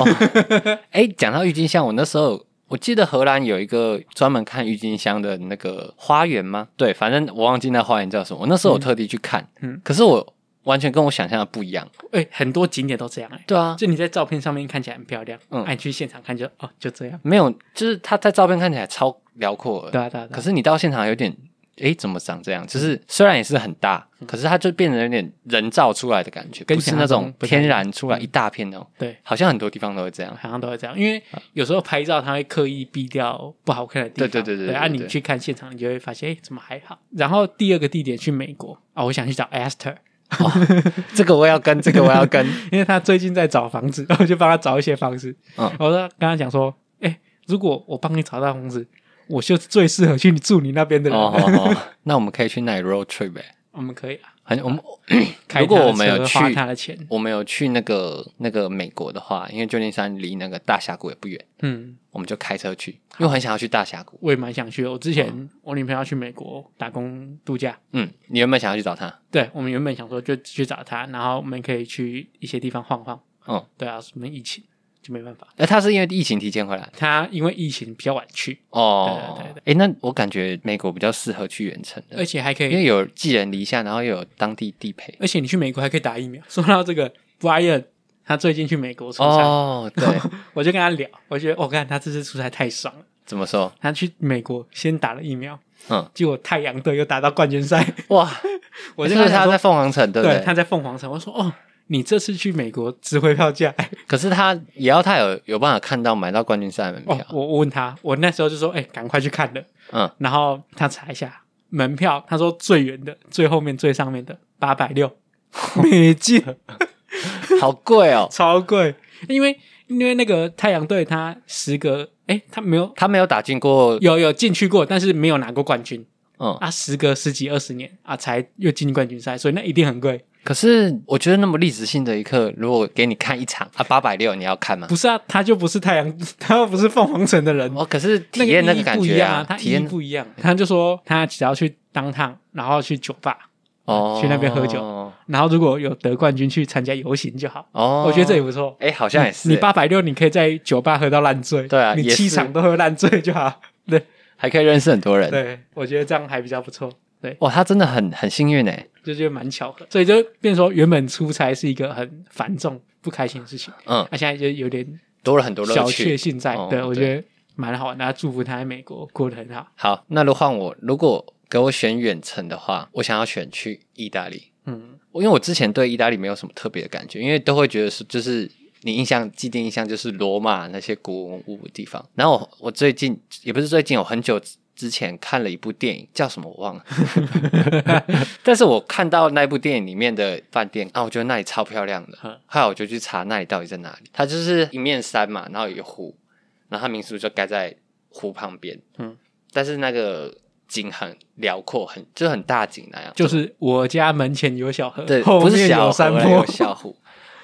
B: 哎，讲到郁金香，我那时候我记得荷兰有一个专门看郁金香的那个花园吗？对，反正我忘记那花园叫什么。我那时候我特地去看，
A: 嗯
B: 可是我完全跟我想象的不一样。
A: 哎、很多景点都这样哎、
B: 对啊，
A: 就你在照片上面看起来很漂亮，
B: 嗯
A: 嗯，哎、你去现场看就哦就这样，
B: 没有，就是它在照片看起来超辽阔
A: 对
B: 的，
A: 啊对啊，对啊
B: 可是你到现场有点。哎，怎么长这样？就是虽然也是很大，可是它就变成有点人造出来的感觉，
A: 跟
B: 不是
A: 想象
B: 那
A: 中
B: 种
A: 不太
B: 天
A: 一样
B: 然出来一嗯大片那种。
A: 对，
B: 好像很多地方都会这样。
A: 好像都会这样，因为有时候拍照他会刻意避掉不好看的地方，
B: 啊对对对
A: 对
B: 对对
A: 啊，
B: 对
A: 你去看现场，你就会发现哎、怎么还好。然后第二个地点去美国啊、我想去找 Esther，
B: 这个我要跟，这个我要 跟。
A: 因为他最近在找房子，然后我就帮他找一些房子。
B: 嗯
A: 我说跟他讲说，哎、如果我帮你找到房子，我就是最适合去你住你那边的人。
B: 哦，好好那我们可以去那里 road trip 欸呗、
A: 我们可以啊，
B: 很我们
A: 开
B: 如果
A: 他的
B: 我们有
A: 车
B: 去
A: 花他的钱，
B: 我们有去那个那个美国的话，因为旧金山离那个大峡谷也不远，
A: 嗯，
B: 我们就开车去，因为我很想要去大峡谷。
A: 我也蛮想去的。我之前我女朋友去美国打工度假，
B: 嗯，你原本想要去找他，
A: 对我们原本想说就去找她，然后我们可以去一些地方晃晃。
B: 嗯，
A: 对啊，什么疫情就没办法。
B: 哎，他是因为疫情提前回来
A: 她因为疫情比较晚去，
B: 哦。
A: 对对
B: 哎，那我感觉美国比较适合去远程的，
A: 而且还可
B: 因为
A: 以，
B: 有寄人篱下，然后又有当地地陪。
A: 而且你去美国还可以打疫苗。 说到这个，Brian 他最近去美国出差，
B: 哦，对，
A: 我就跟他聊，我觉得我看他这次出差太爽了。
B: 怎 么说？
A: 他去美国先打了疫苗，
B: 嗯，
A: 结果太阳队又打到冠军赛，
B: 哇，
A: 我
B: 是
A: 就
B: 不
A: 跟他
B: 是 他
A: 说
B: 在凤凰城，对不
A: 对他在凤凰城，我说哦，你这次去美国值回票价。
B: 可是他也要他有有办法看到买到冠军赛门
A: 哦
B: 票，，
A: 我我问他，我那时候就说，哎、赶快去看了。
B: 嗯，
A: 然后他查一下门票，他说最远的、最后面、最上面的八百 六美金，。
B: 好贵哦
A: 超贵。因为因为那个太阳队他时隔哎，他没有
B: 他没有打进过，
A: 有有进去过，但是没有拿过冠军
B: 嗯，
A: 啊，时隔十几二十年啊，才又进冠军赛，所以那一定很贵。
B: 可是我觉得那么历史性的一刻，如果给你看一场啊，八百六你要看吗
A: 不？是啊，他就不是太阳， 他又不是凤凰城的人，
B: 哦，可是体验那
A: 意
B: 个
A: 义
B: 感
A: 不一
B: 觉
A: 样啊，他
B: 体
A: 意义
B: 验
A: 不一样。他就说他只要去当趟，然后去酒吧，
B: 哦，
A: 去那边喝酒然后如果有得冠军去参加游行就好。
B: 哦，
A: 我觉得这也不错。
B: 哎，好像也是，
A: 你八百六，你可以在酒吧喝到烂醉，
B: 对啊
A: 你
B: 也是
A: 七场都喝烂醉就 好。对
B: 还可以认识很多人，
A: 对，我觉得这样还比较不错，
B: 哇，他真的很很幸运哎，
A: 就觉得蛮巧合。所以就变成说，原本出差是一个很繁重、不开心的事情，
B: 嗯，
A: 那、现在就有点
B: 多了很多
A: 小
B: 乐
A: 确
B: 趣。
A: 幸在。
B: 哦
A: 对我
B: 对
A: 觉得蛮好的，那祝福他在美国过得很好。
B: 好，那如果换我，如果给我选远程的话，我想要选去意大利，
A: 嗯，
B: 因为我之前对意大利没有什么特别的感觉，因为都会觉得是就是你印象既定印象就是罗马那些古文物的地方。然后我我最近也不是最近，我很久之前看了一部电影，叫什么我忘 了，但是我看到那部电影里面的饭店啊，我觉得那里超漂亮的
A: 嗯，
B: 后来我就去查那里到底在哪里，它就是一面山嘛，然后有一个湖，然后它民宿就盖在湖旁边，
A: 嗯
B: 嗯，但是那个景很辽阔，很就很大景那样，
A: 就是我家门前有 小河，
B: 对，
A: 后
B: 不是
A: 面
B: 小
A: 有
B: 河
A: 山
B: 啦
A: 坡
B: 有。小湖。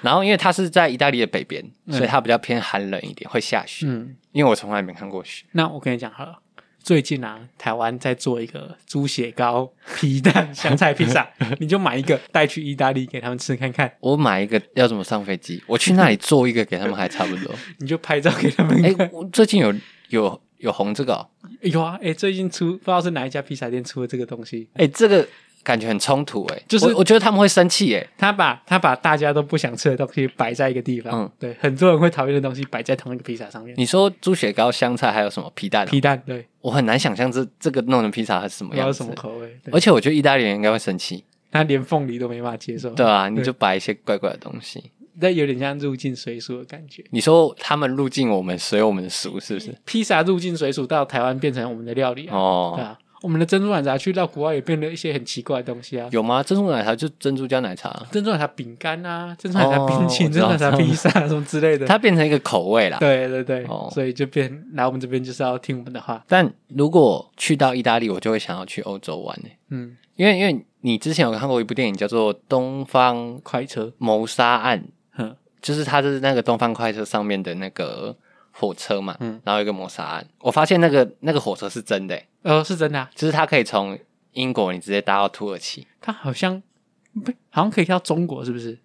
B: 然后因为它是在意大利的北边，
A: 嗯
B: 所以它比较偏寒冷一点，会下雪。
A: 嗯，
B: 因为我从来没看过雪，
A: 那我跟你讲好了，最近啊，台湾在做一个猪血糕、皮蛋、香菜披萨，你就买一个带去意大利给他们吃看看，
B: 我买一个要怎么上飞机？我去那里做一个给他们还差不 多。
A: 你就拍照给他们
B: 哎
A: 看。，
B: 我最近有有有红这个、哦，
A: 有啊，哎、最近出不知道是哪一家披萨店出了这个东西，
B: 哎，这个感觉很冲突哎、
A: 就是
B: 我我觉得他们会生气哎、
A: 他把他把大家都不想吃的东西摆在一个地方，
B: 嗯
A: 对，很多人会讨厌的东西摆在同一个披萨上面。
B: 你说猪血糕、香菜还有什么皮蛋哦、
A: 皮蛋对，
B: 我很难想象这这个弄成披萨是什
A: 不
B: 么
A: 知道
B: 样
A: 是
B: 子。
A: 什么口味，对
B: 而且我觉得意大利人应该会生气，
A: 他连凤梨都没办法接受，
B: 对啊，你
A: 哦对
B: 就摆一些怪怪的东西。
A: 但有点像入境随俗的感觉。
B: 你说他们入境我们，所以我们的俗是不是？
A: 披萨入境随俗到台湾变成我们的料理啊，对
B: 哦，
A: 啊，我们的珍珠奶茶去到国外也变得一些很奇怪的东西啊，
B: 有吗？珍珠奶茶就珍珠加奶茶，
A: 珍珠奶茶饼干啊，珍珠奶茶冰淇淋、
B: 哦
A: 珍珠奶茶
B: 我知道
A: 披萨什么之类的。
B: 它变成一个口味啦。
A: 对对对，
B: 哦
A: 所以就变来我们这边就是要听我们的话，
B: 但如果去到意大利，我就会想要去欧洲玩呢、
A: 嗯，
B: 因为因为你之前有看过一部电影叫做《东方
A: 快车，
B: 谋杀案》，
A: 哼，
B: 就是它是那个东方快车上面的那个火车嘛，
A: 嗯
B: 然后有一个谋杀案，我发现那个那个火车是真的、欸，
A: 呃，是真的、啊，
B: 就是它可以从英国你直接搭到土耳其。
A: 它好像不好像可以到中国，是不是？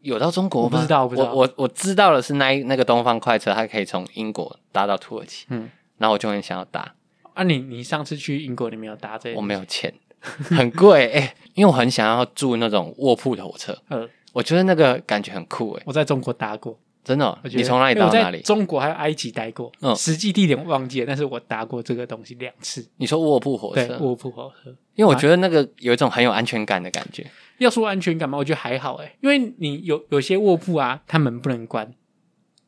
B: 有到中国吗
A: 我不知道我不知道
B: 我我我知道的是那一那个东方快车，它可以从英国搭到土耳其，
A: 嗯，
B: 然后我就很想要搭，
A: 啊你，你上次去英国，你没有搭这？
B: 我没有钱，很贵 哎、欸因为我很想要住那种卧铺的火车，
A: 呃，
B: 我觉得那个感觉很酷哎、欸
A: 我在中国搭过，
B: 真的哦、
A: 我觉得
B: 你从哪里到
A: 因为我
B: 哪
A: 在
B: 里？
A: 中国还有埃及待过，
B: 嗯
A: 实际地点我忘记了，但是我搭过这个东西两次。
B: 你说卧铺火
A: 对，
B: 车，
A: 卧铺火车。
B: 因为我觉得那个有一种很有安全感的感觉，
A: 要说安全感嘛，我觉得还好诶、欸因为你有有些卧铺啊，它门不能关，啊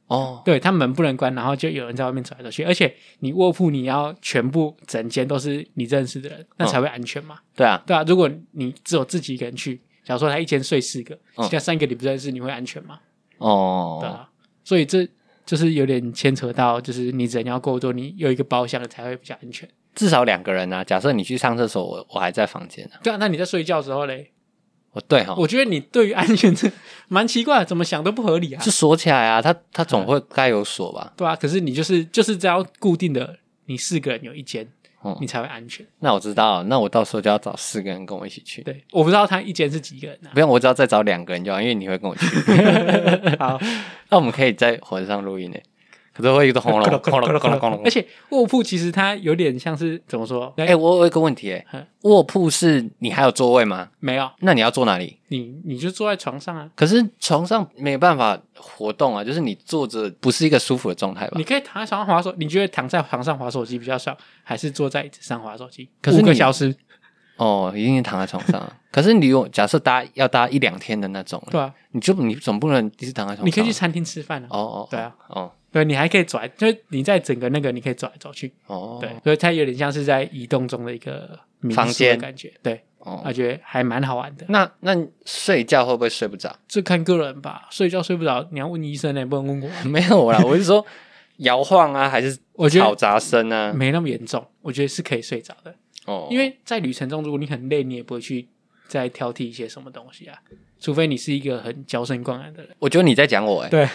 B: 哦，
A: 对，它门不能关，然后就有人在外面走来走去，而且你卧铺你要全部整间都是你认识的人，那才会安全嘛，
B: 对啊，
A: 对啊，如果你只有自己一个人去，假如说他一间睡四个，
B: 嗯
A: 其他三个你不认识，你会安全吗？对
B: 哦，
A: 啊，所以这就是有点牵扯到，就是你人要够多，你有一个包厢才会比较安全。
B: 至少两个人啊。假设你去上厕所，我我还在房间呢、
A: 对啊，那你在睡觉的时候嘞，
B: 哦，对哈、
A: 我觉得你对于安全这蛮奇怪的，怎么想都不合理啊
B: 是。锁起来啊，它它
A: 嗯
B: 总会该有锁吧？
A: 对啊，可是你就是就是只要固定的，你四个人有一间，
B: 哦
A: 你才会安全。
B: 那我知道，那我到时候就要找四个人跟我一起去。
A: 对，我不知道他一间是几个人啊。
B: 不用，我只要再找两个人就好，因为你会 跟我去。
A: 好，
B: 那我们可以在火车上录音呢，可是会一直轰隆轰隆轰隆轰隆。
A: 而且卧铺其实它有点像是怎么说？
B: 哎、我我有一个问题、
A: 嗯
B: 哎，卧铺是你还有座位吗？
A: 没有，
B: 那你要坐哪里？
A: 你你就坐在床上啊，
B: 可是床上没办法活动啊，就是你坐着不是一个舒服的状态吧
A: 你？可以躺在床上滑手，你觉得躺在床上滑手机比较爽，还是坐在椅子上滑手机？
B: 可是
A: 五个
B: 你
A: 小时，
B: 哦，一定躺在床上啊。可是你有假设搭要搭一两天的那种，
A: 对啊，
B: 你就你总不能一直躺在床上。
A: 你可以去餐厅吃饭啊，
B: 哦哦，
A: 对啊，
B: 哦
A: 对你还可以走来，就是你在整个那个你可以走来走去，
B: 哦，
A: 对，所以它有点像是在移动中的一个民宿的
B: 房间
A: 感觉，对，我
B: 哦。
A: 觉得还蛮好玩的。
B: 那那你睡觉会不会睡不着？
A: 这看个人吧，睡觉睡不着，你要问医生呢、不能问我，
B: 没有啦，我是说摇晃啊，还是
A: 我觉得嗯
B: 吵杂声啊？
A: 没那么严重，我觉得是可以睡着的。
B: 哦，
A: 因为在旅程中，如果你很累，你也不会去再挑剔一些什么东西啊，除非你是一个很娇生惯养的人。
B: 我觉得你在讲我哎、
A: 对，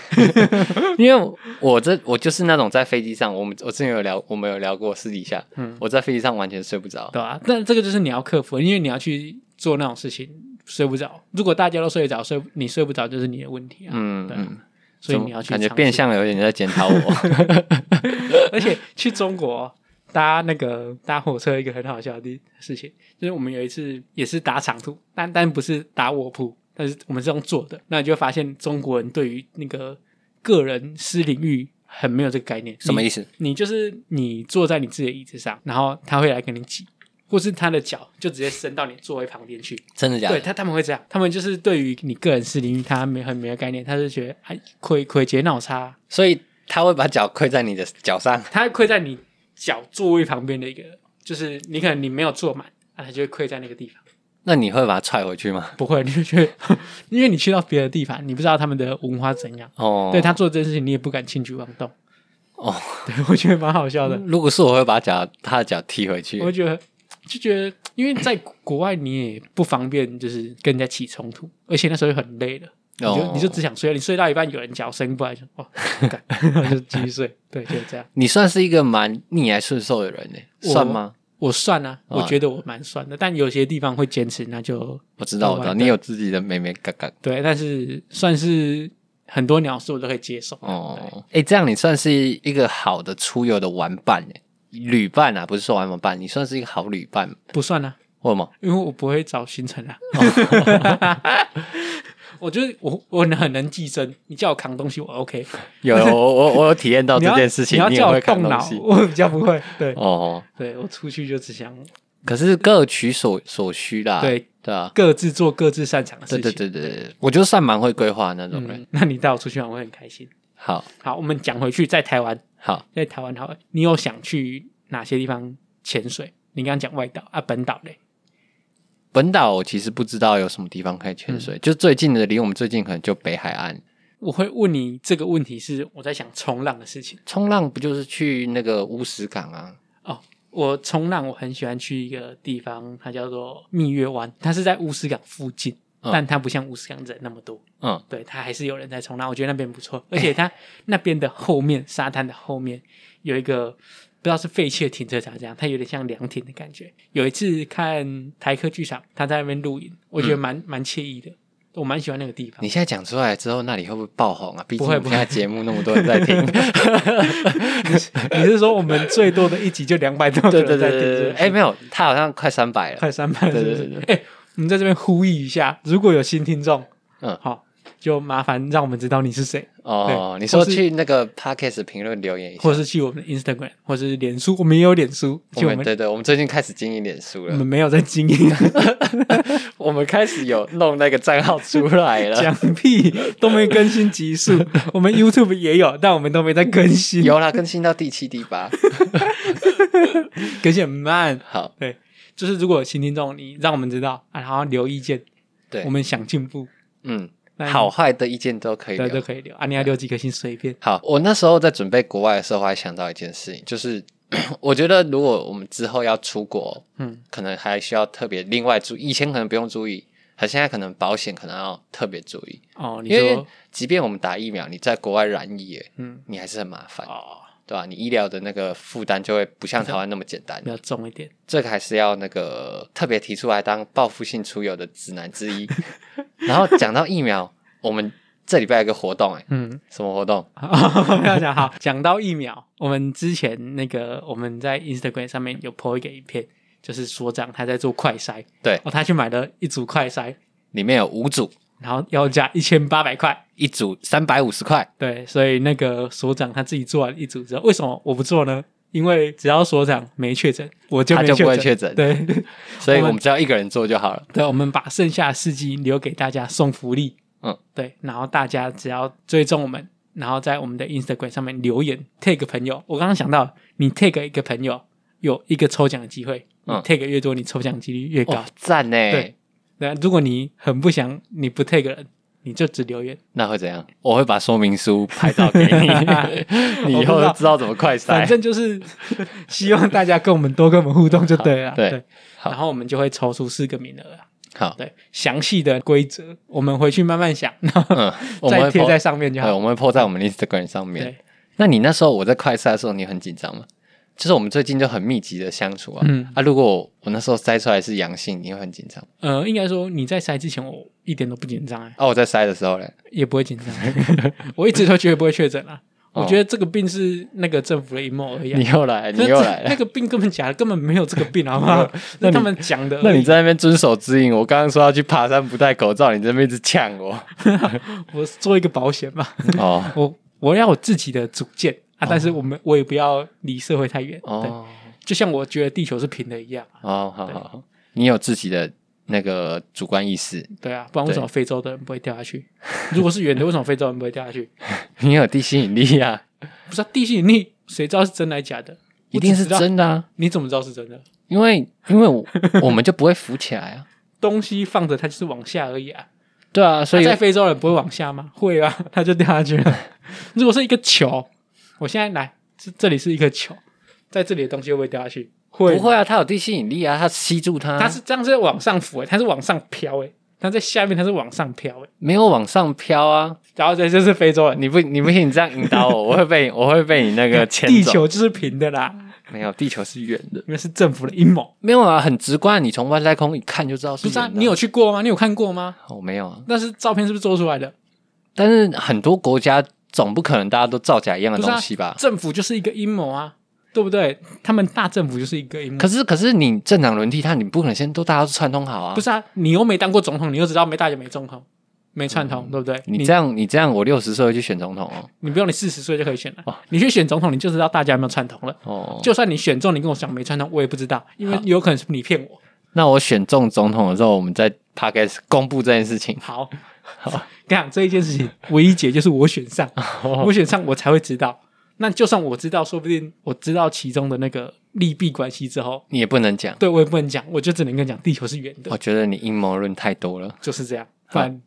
B: 因为我这我就是那种在飞机上，我们我之前有聊，我们有聊过私底下，
A: 嗯
B: 我在飞机上完全睡不着。
A: 对啊，但这个就是你要克服的，因为你要去做那种事情，睡不着。如果大家都睡得着，睡你睡不着就是你的问题啊。
B: 嗯
A: 对啊
B: 嗯，
A: 所以
B: 怎么
A: 你要去
B: 感觉
A: 尝试
B: 变，相有点在检讨 我。
A: 而且去中国搭那个搭火车，一个很好笑的事情，就是我们有一次也是搭长途，但但不是搭卧铺，但是我们是用坐的。那你就会发现中国人对于那个个人私领域很没有这个概念，
B: 什么
A: 你
B: 意思？
A: 你就是你坐在你自己的椅子上，然后他会来跟你挤，或是他的脚就直接伸到你座位旁边去。
B: 真的假
A: 对
B: 的？
A: 他他们会这样，他们就是对于你个人私领域他没很没有概念，他是觉得哎亏亏节闹差，
B: 所以他会把脚跪在你的脚上。
A: 他会亏在你脚座位旁边的一个，就是你可能你没有坐满，啊，他就会亏在那个地方。
B: 那你会把它踹回去吗？
A: 不会，你就觉得，因为你去到别的地方，你不知道他们的文化怎样，
B: 哦，
A: 对他做这件事情你也不敢轻举妄动。
B: 哦，
A: 对我觉得蛮好笑的。
B: 如果是我会把脚他的脚踢回去
A: 我。觉得就觉得，因为在国外你也不方便，就是跟人家起冲突，而且那时候又很累了，你就、
B: 哦
A: 你就只想睡，你睡到一半 有人叫声过来，就哦，干然后就继续睡，对，就是这样。
B: 你算是一个蛮逆来顺受的人呢、欸
A: 我
B: 算吗？
A: 我算啊，
B: 哦
A: 我觉得我蛮算的，但有些地方会坚持，那就
B: 我知道，我知道，
A: 对
B: 你有自己的妹妹嘎嘎。
A: 对，但是算是很多鸟事我都可以接受。
B: 哦，哎、这样你算是一个好的出游的玩伴呢、旅伴啊，不是说玩伴，你算是一个好旅伴，
A: 不算啊，
B: 或吗？
A: 因为我不会找行程啊。 我就是我，我很能寄生。你叫我扛东西，我 OK。
B: 有，我我我有体验到
A: 你
B: 这
A: 要
B: 件事情，
A: 你要
B: 你
A: 叫
B: 也
A: 我
B: 会看
A: 动
B: 东
A: 脑，
B: 西。
A: 我比较不会。对，
B: 哦，
A: 对我出去就只想
B: 可是各取所所需啦。
A: 对
B: 对啊，
A: 各自做各自擅长的事
B: 对
A: 情。
B: 对对对对，我就算蛮会规划那种人。
A: 嗯，那你带我出去玩，我会很开心。
B: 好
A: 好，我们讲回去，在台湾，
B: 好，
A: 在台湾好了，你有想去哪些地方潜水？你刚刚讲外岛啊，本岛嘞，
B: 本岛我其实不知道有什么地方可以潜水，就最近的离我们最近可能就北海岸。
A: 我会问你这个问题是我在想冲浪的事情。
B: 冲浪不就是去那个乌石港啊？
A: 我冲浪，我很喜欢去一个地方，它叫做蜜月湾，它是在乌斯港附近，
B: 嗯
A: 但它不像乌斯港人那么多，
B: 嗯，
A: 对，它还是有人在冲浪，我觉得那边不错，而且它那边的后面沙滩的后面有一个不知道是废弃的停车场，这样它有点像凉亭的感觉。有一次看台客剧场，他在那边露营，我觉
B: 嗯
A: 得蛮蛮惬意的，我蛮喜欢那个地方
B: 你。现在讲出来之后，那里会不会爆红啊？毕竟
A: 不会
B: 我们现在节目那么多 人在听。
A: 你是说我们最多的一集就两百多个
B: 对对
A: 人在听？
B: 对对
A: 是
B: 对，
A: 不是
B: 哎，没有，他好像快三百了。
A: 快三百，
B: 对
A: 是
B: 对
A: 不是
B: 对？
A: 哎、我们在这边呼吁一下，如果有新听众，
B: 嗯
A: 好，就麻烦让我们知道你是谁，
B: 哦，
A: 对
B: 你说
A: 或是
B: 去那个 podcast 评论留言一下
A: 或。是去我们的 Instagram，或是脸书，我们也有脸书，
B: 我
A: 就我
B: 们
A: 们嗯
B: 对对，我们最近开始经营脸书
A: 我们
B: 了，
A: 没有在经营
B: 我们开始有弄那个账号出来 了。
A: 讲屁，都没更新集 数，我们 YouTube 也有，但我们都没在更新，
B: 有啦，更新到第七、第八。
A: 更新很慢。
B: 好，
A: 对，就是如果有新听众，你让我们知道啊，然后留意见，
B: 对
A: 我，们想进步，
B: 嗯，
A: 那你
B: 好坏的意见都可以
A: 对都
B: 聊。
A: 可以留啊，你要留几颗星随便。
B: 好，我那时候在准备国外的时候，我还想到一件事情，就是 我觉得如果我们之后要出国，
A: 嗯，
B: 可能还需要特别另外注意，以前可能不用注意，可现在可能保险可能要特别注意，
A: 哦，你
B: 因为
A: 说，
B: 即便我们打疫苗，你在国外染疫，
A: 嗯，
B: 你还是很麻烦，
A: 哦，
B: 对吧、你医疗的那个负担就会不像台湾那么简单
A: 比，较重一点。
B: 这个还是要那个特别提出来当报复性出游的指南之 一。然后讲到疫苗，我们这礼拜有个活动、哎，
A: 嗯，
B: 什么活动？
A: 不要讲好，讲到疫苗，我们之前那个我们在 Instagram 上面有 po 一个影片，就是所长他在做快筛，
B: 对
A: 哦，他去买了一组快筛，
B: 里面有五组，
A: 然后要价一千八百块，
B: 一组三百五十块，
A: 对，所以那个所长他自己做完一组之后，为什么我不做呢？因为只要所长没确诊，我就
B: 他
A: 没
B: 就不会
A: 确
B: 确诊
A: 对
B: 所以
A: 我
B: 我
A: 们
B: 们只要一个人做就好了。
A: 对，我们把剩下的司机留给大家送福利。
B: 嗯，
A: 对，然后大家只要追踪我们，然后在我们的 Instagram 上面留言 tag 朋友。我刚刚想到，你 tag 一个朋友有一个抽奖的机会，你
B: 嗯哦
A: tag 越多，你抽奖几率越高
B: 哇。，赞呢！
A: 哦对那、如果你很不想你不 tag 人，你就只 留言。
B: 那会怎样？我会把说明书拍照给你，你以后就知道怎么快塞
A: 反。正就是希望大家跟我们多跟我们互动就对了。
B: 好对好
A: 然后我们就会抽出四个名额啊。
B: 好，
A: 对，详细的规则我们回去慢慢想，然后
B: 嗯，我们
A: 再
B: 会
A: 贴
B: po-
A: 在上面就
B: 对
A: 好。
B: 我们会 po 在我们的 Instagram 上面
A: 对。，
B: 那你那时候我在快赛的时候，你很紧张吗？就是我们最近就很密集的相处啊。
A: 嗯
B: 啊，如果我我那时候筛出来是阳性，你会很紧张吗？
A: 呃，应该说你在筛之前，我一点都不紧张、欸，
B: 啊，我在筛的时候嘞，
A: 也不会 紧张，我一直都觉得不会确诊啊。
B: 哦
A: 我觉得这个病是那个政府的阴谋而已啊、
B: 你又来，你
A: 那
B: 又
A: 这
B: 来
A: 那
B: 了。
A: 个病根本假的，根本没有这个病，好不好？那
B: 那你
A: 他们讲的而已，
B: 那你在那边遵守指引，我刚刚说要去爬山不戴口罩，你这边一直呛 我。
A: 我做一个保险吧，
B: 哦
A: 我我要我自己的主见啊，但是我们我也不要离社会太远，对，
B: 哦
A: 就像我觉得地球是平的一样啊，
B: 哦，好好好，你有自己的那个主观意识，
A: 对啊，不然为什么非洲的人不会掉下去？如果是圆的，为什么非洲人不会掉下去？
B: 你有地吸引力啊，
A: 不是、啊、地心引力，谁知道是真来假的？
B: 一定
A: 我
B: 是
A: 只知道，
B: 真的啊，
A: 你怎么知道是真的？
B: 因为因为 我我们就不会浮起来啊。
A: 东西放着它就是往下而已啊。
B: 对啊，
A: 所
B: 所
A: 以
B: 以
A: 在非洲人不会往下吗？会啊， 它就掉下去 了。如果是一个球，我现在来，这这里是一个球，在这里的东西会不会掉下去？会，
B: 不会啊，它有地吸引力啊，它吸住它，
A: 它是这样是往上浮、欸，它是往上飘、欸，它在下面它是往上飘、欸，
B: 没有往上飘啊。
A: 然后这就是非洲人，
B: 你不你不信你这样引导我，我会被我会被你那 个牵走。
A: 地球就是平的啦，
B: 没有，地球是圆的，
A: 因为是政府的阴谋。
B: 没有啊，很直观，你从外太空一看就知道是
A: 不
B: 圆
A: 是
B: 的
A: 啊，你有去过吗？你有看过吗？
B: 我没有啊，
A: 那是照片是不是做出来的？
B: 但是很多国家总不可能大家都造假一样的
A: 不是啊
B: 东西吧？
A: 政府就是一个阴谋啊，对不对？他们大政府就是一个阴谋啊
B: 可。是可是你政党轮替它，你不可能先都大家都串通好啊。
A: 不是啊，你又没当过总统，你又知道没大也没总统，没串通，对不对？
B: 嗯你
A: 你
B: 这样你这样，我六十岁会去选总统哦。
A: 你不用你四十岁就可以选了，
B: 哦
A: 你去选总统，你就知道大家有没有串通了。
B: 哦，
A: 就算你选中，你跟我讲没串通，我也不知道，因为
B: 好
A: 有可能是你骗我。
B: 那我选中总统的时候，我们再 p o d c a s 公布这件事情。
A: 好，跟 你讲这一件事情，唯一解就是我选上，
B: 哦
A: 我选上我才会知道。那就算我知道，说不定我知道其中的那个利弊关系之后，
B: 你也不能讲，
A: 对我也不能讲，我就只能跟你讲，地球是圆的
B: 我，觉得你阴谋论太多了。
A: 就是这样。不
B: 好
A: 然，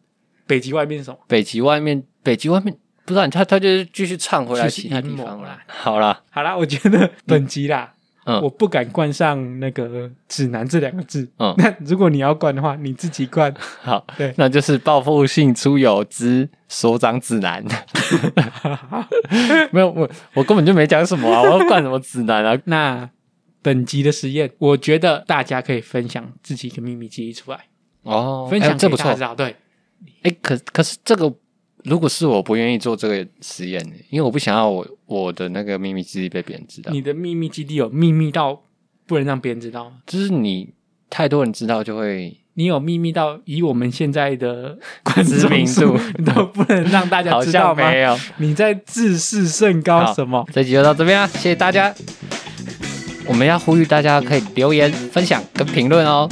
A: 北极外面是什么？
B: 北极外面，北极外面不知道他他就是继续唱回来
A: 就是
B: 其他地
A: 阴谋啊
B: 方了
A: 啦。
B: 好啦，
A: 好啦，我觉得本集啦，
B: 嗯
A: 我不敢冠上那个“指南”这两个字。
B: 嗯
A: 那如果你要冠的话，你自己 冠。
B: 好
A: 对，
B: 那就是报复性出游之所长 指南。没有我，我根本就没讲什 么啊，我要灌什么指南啊？
A: 那本集的实验，我觉得大家可以分享自己的秘密基地出来，
B: 哦
A: 分享
B: 这
A: 给
B: 不
A: 大家
B: 错
A: 知。道。对，
B: 哎、可可是这个，如果是我我不愿意做这个实验的，因为我不想要我我的那个秘密基地被别人知道。
A: 你的秘密基地有秘密到不能让别人知道吗？
B: 就是你太多人知道就会
A: 你有秘密到以我们现在的观
B: 知名
A: 众
B: 度
A: 数都不能让大家
B: 好
A: 知道
B: 像
A: 吗？
B: 没有。
A: 你在自视甚高
B: 好
A: 什么？
B: 这集就到这边啊啦，谢谢大家。我们要呼吁大家可以留言、分享跟评论哦。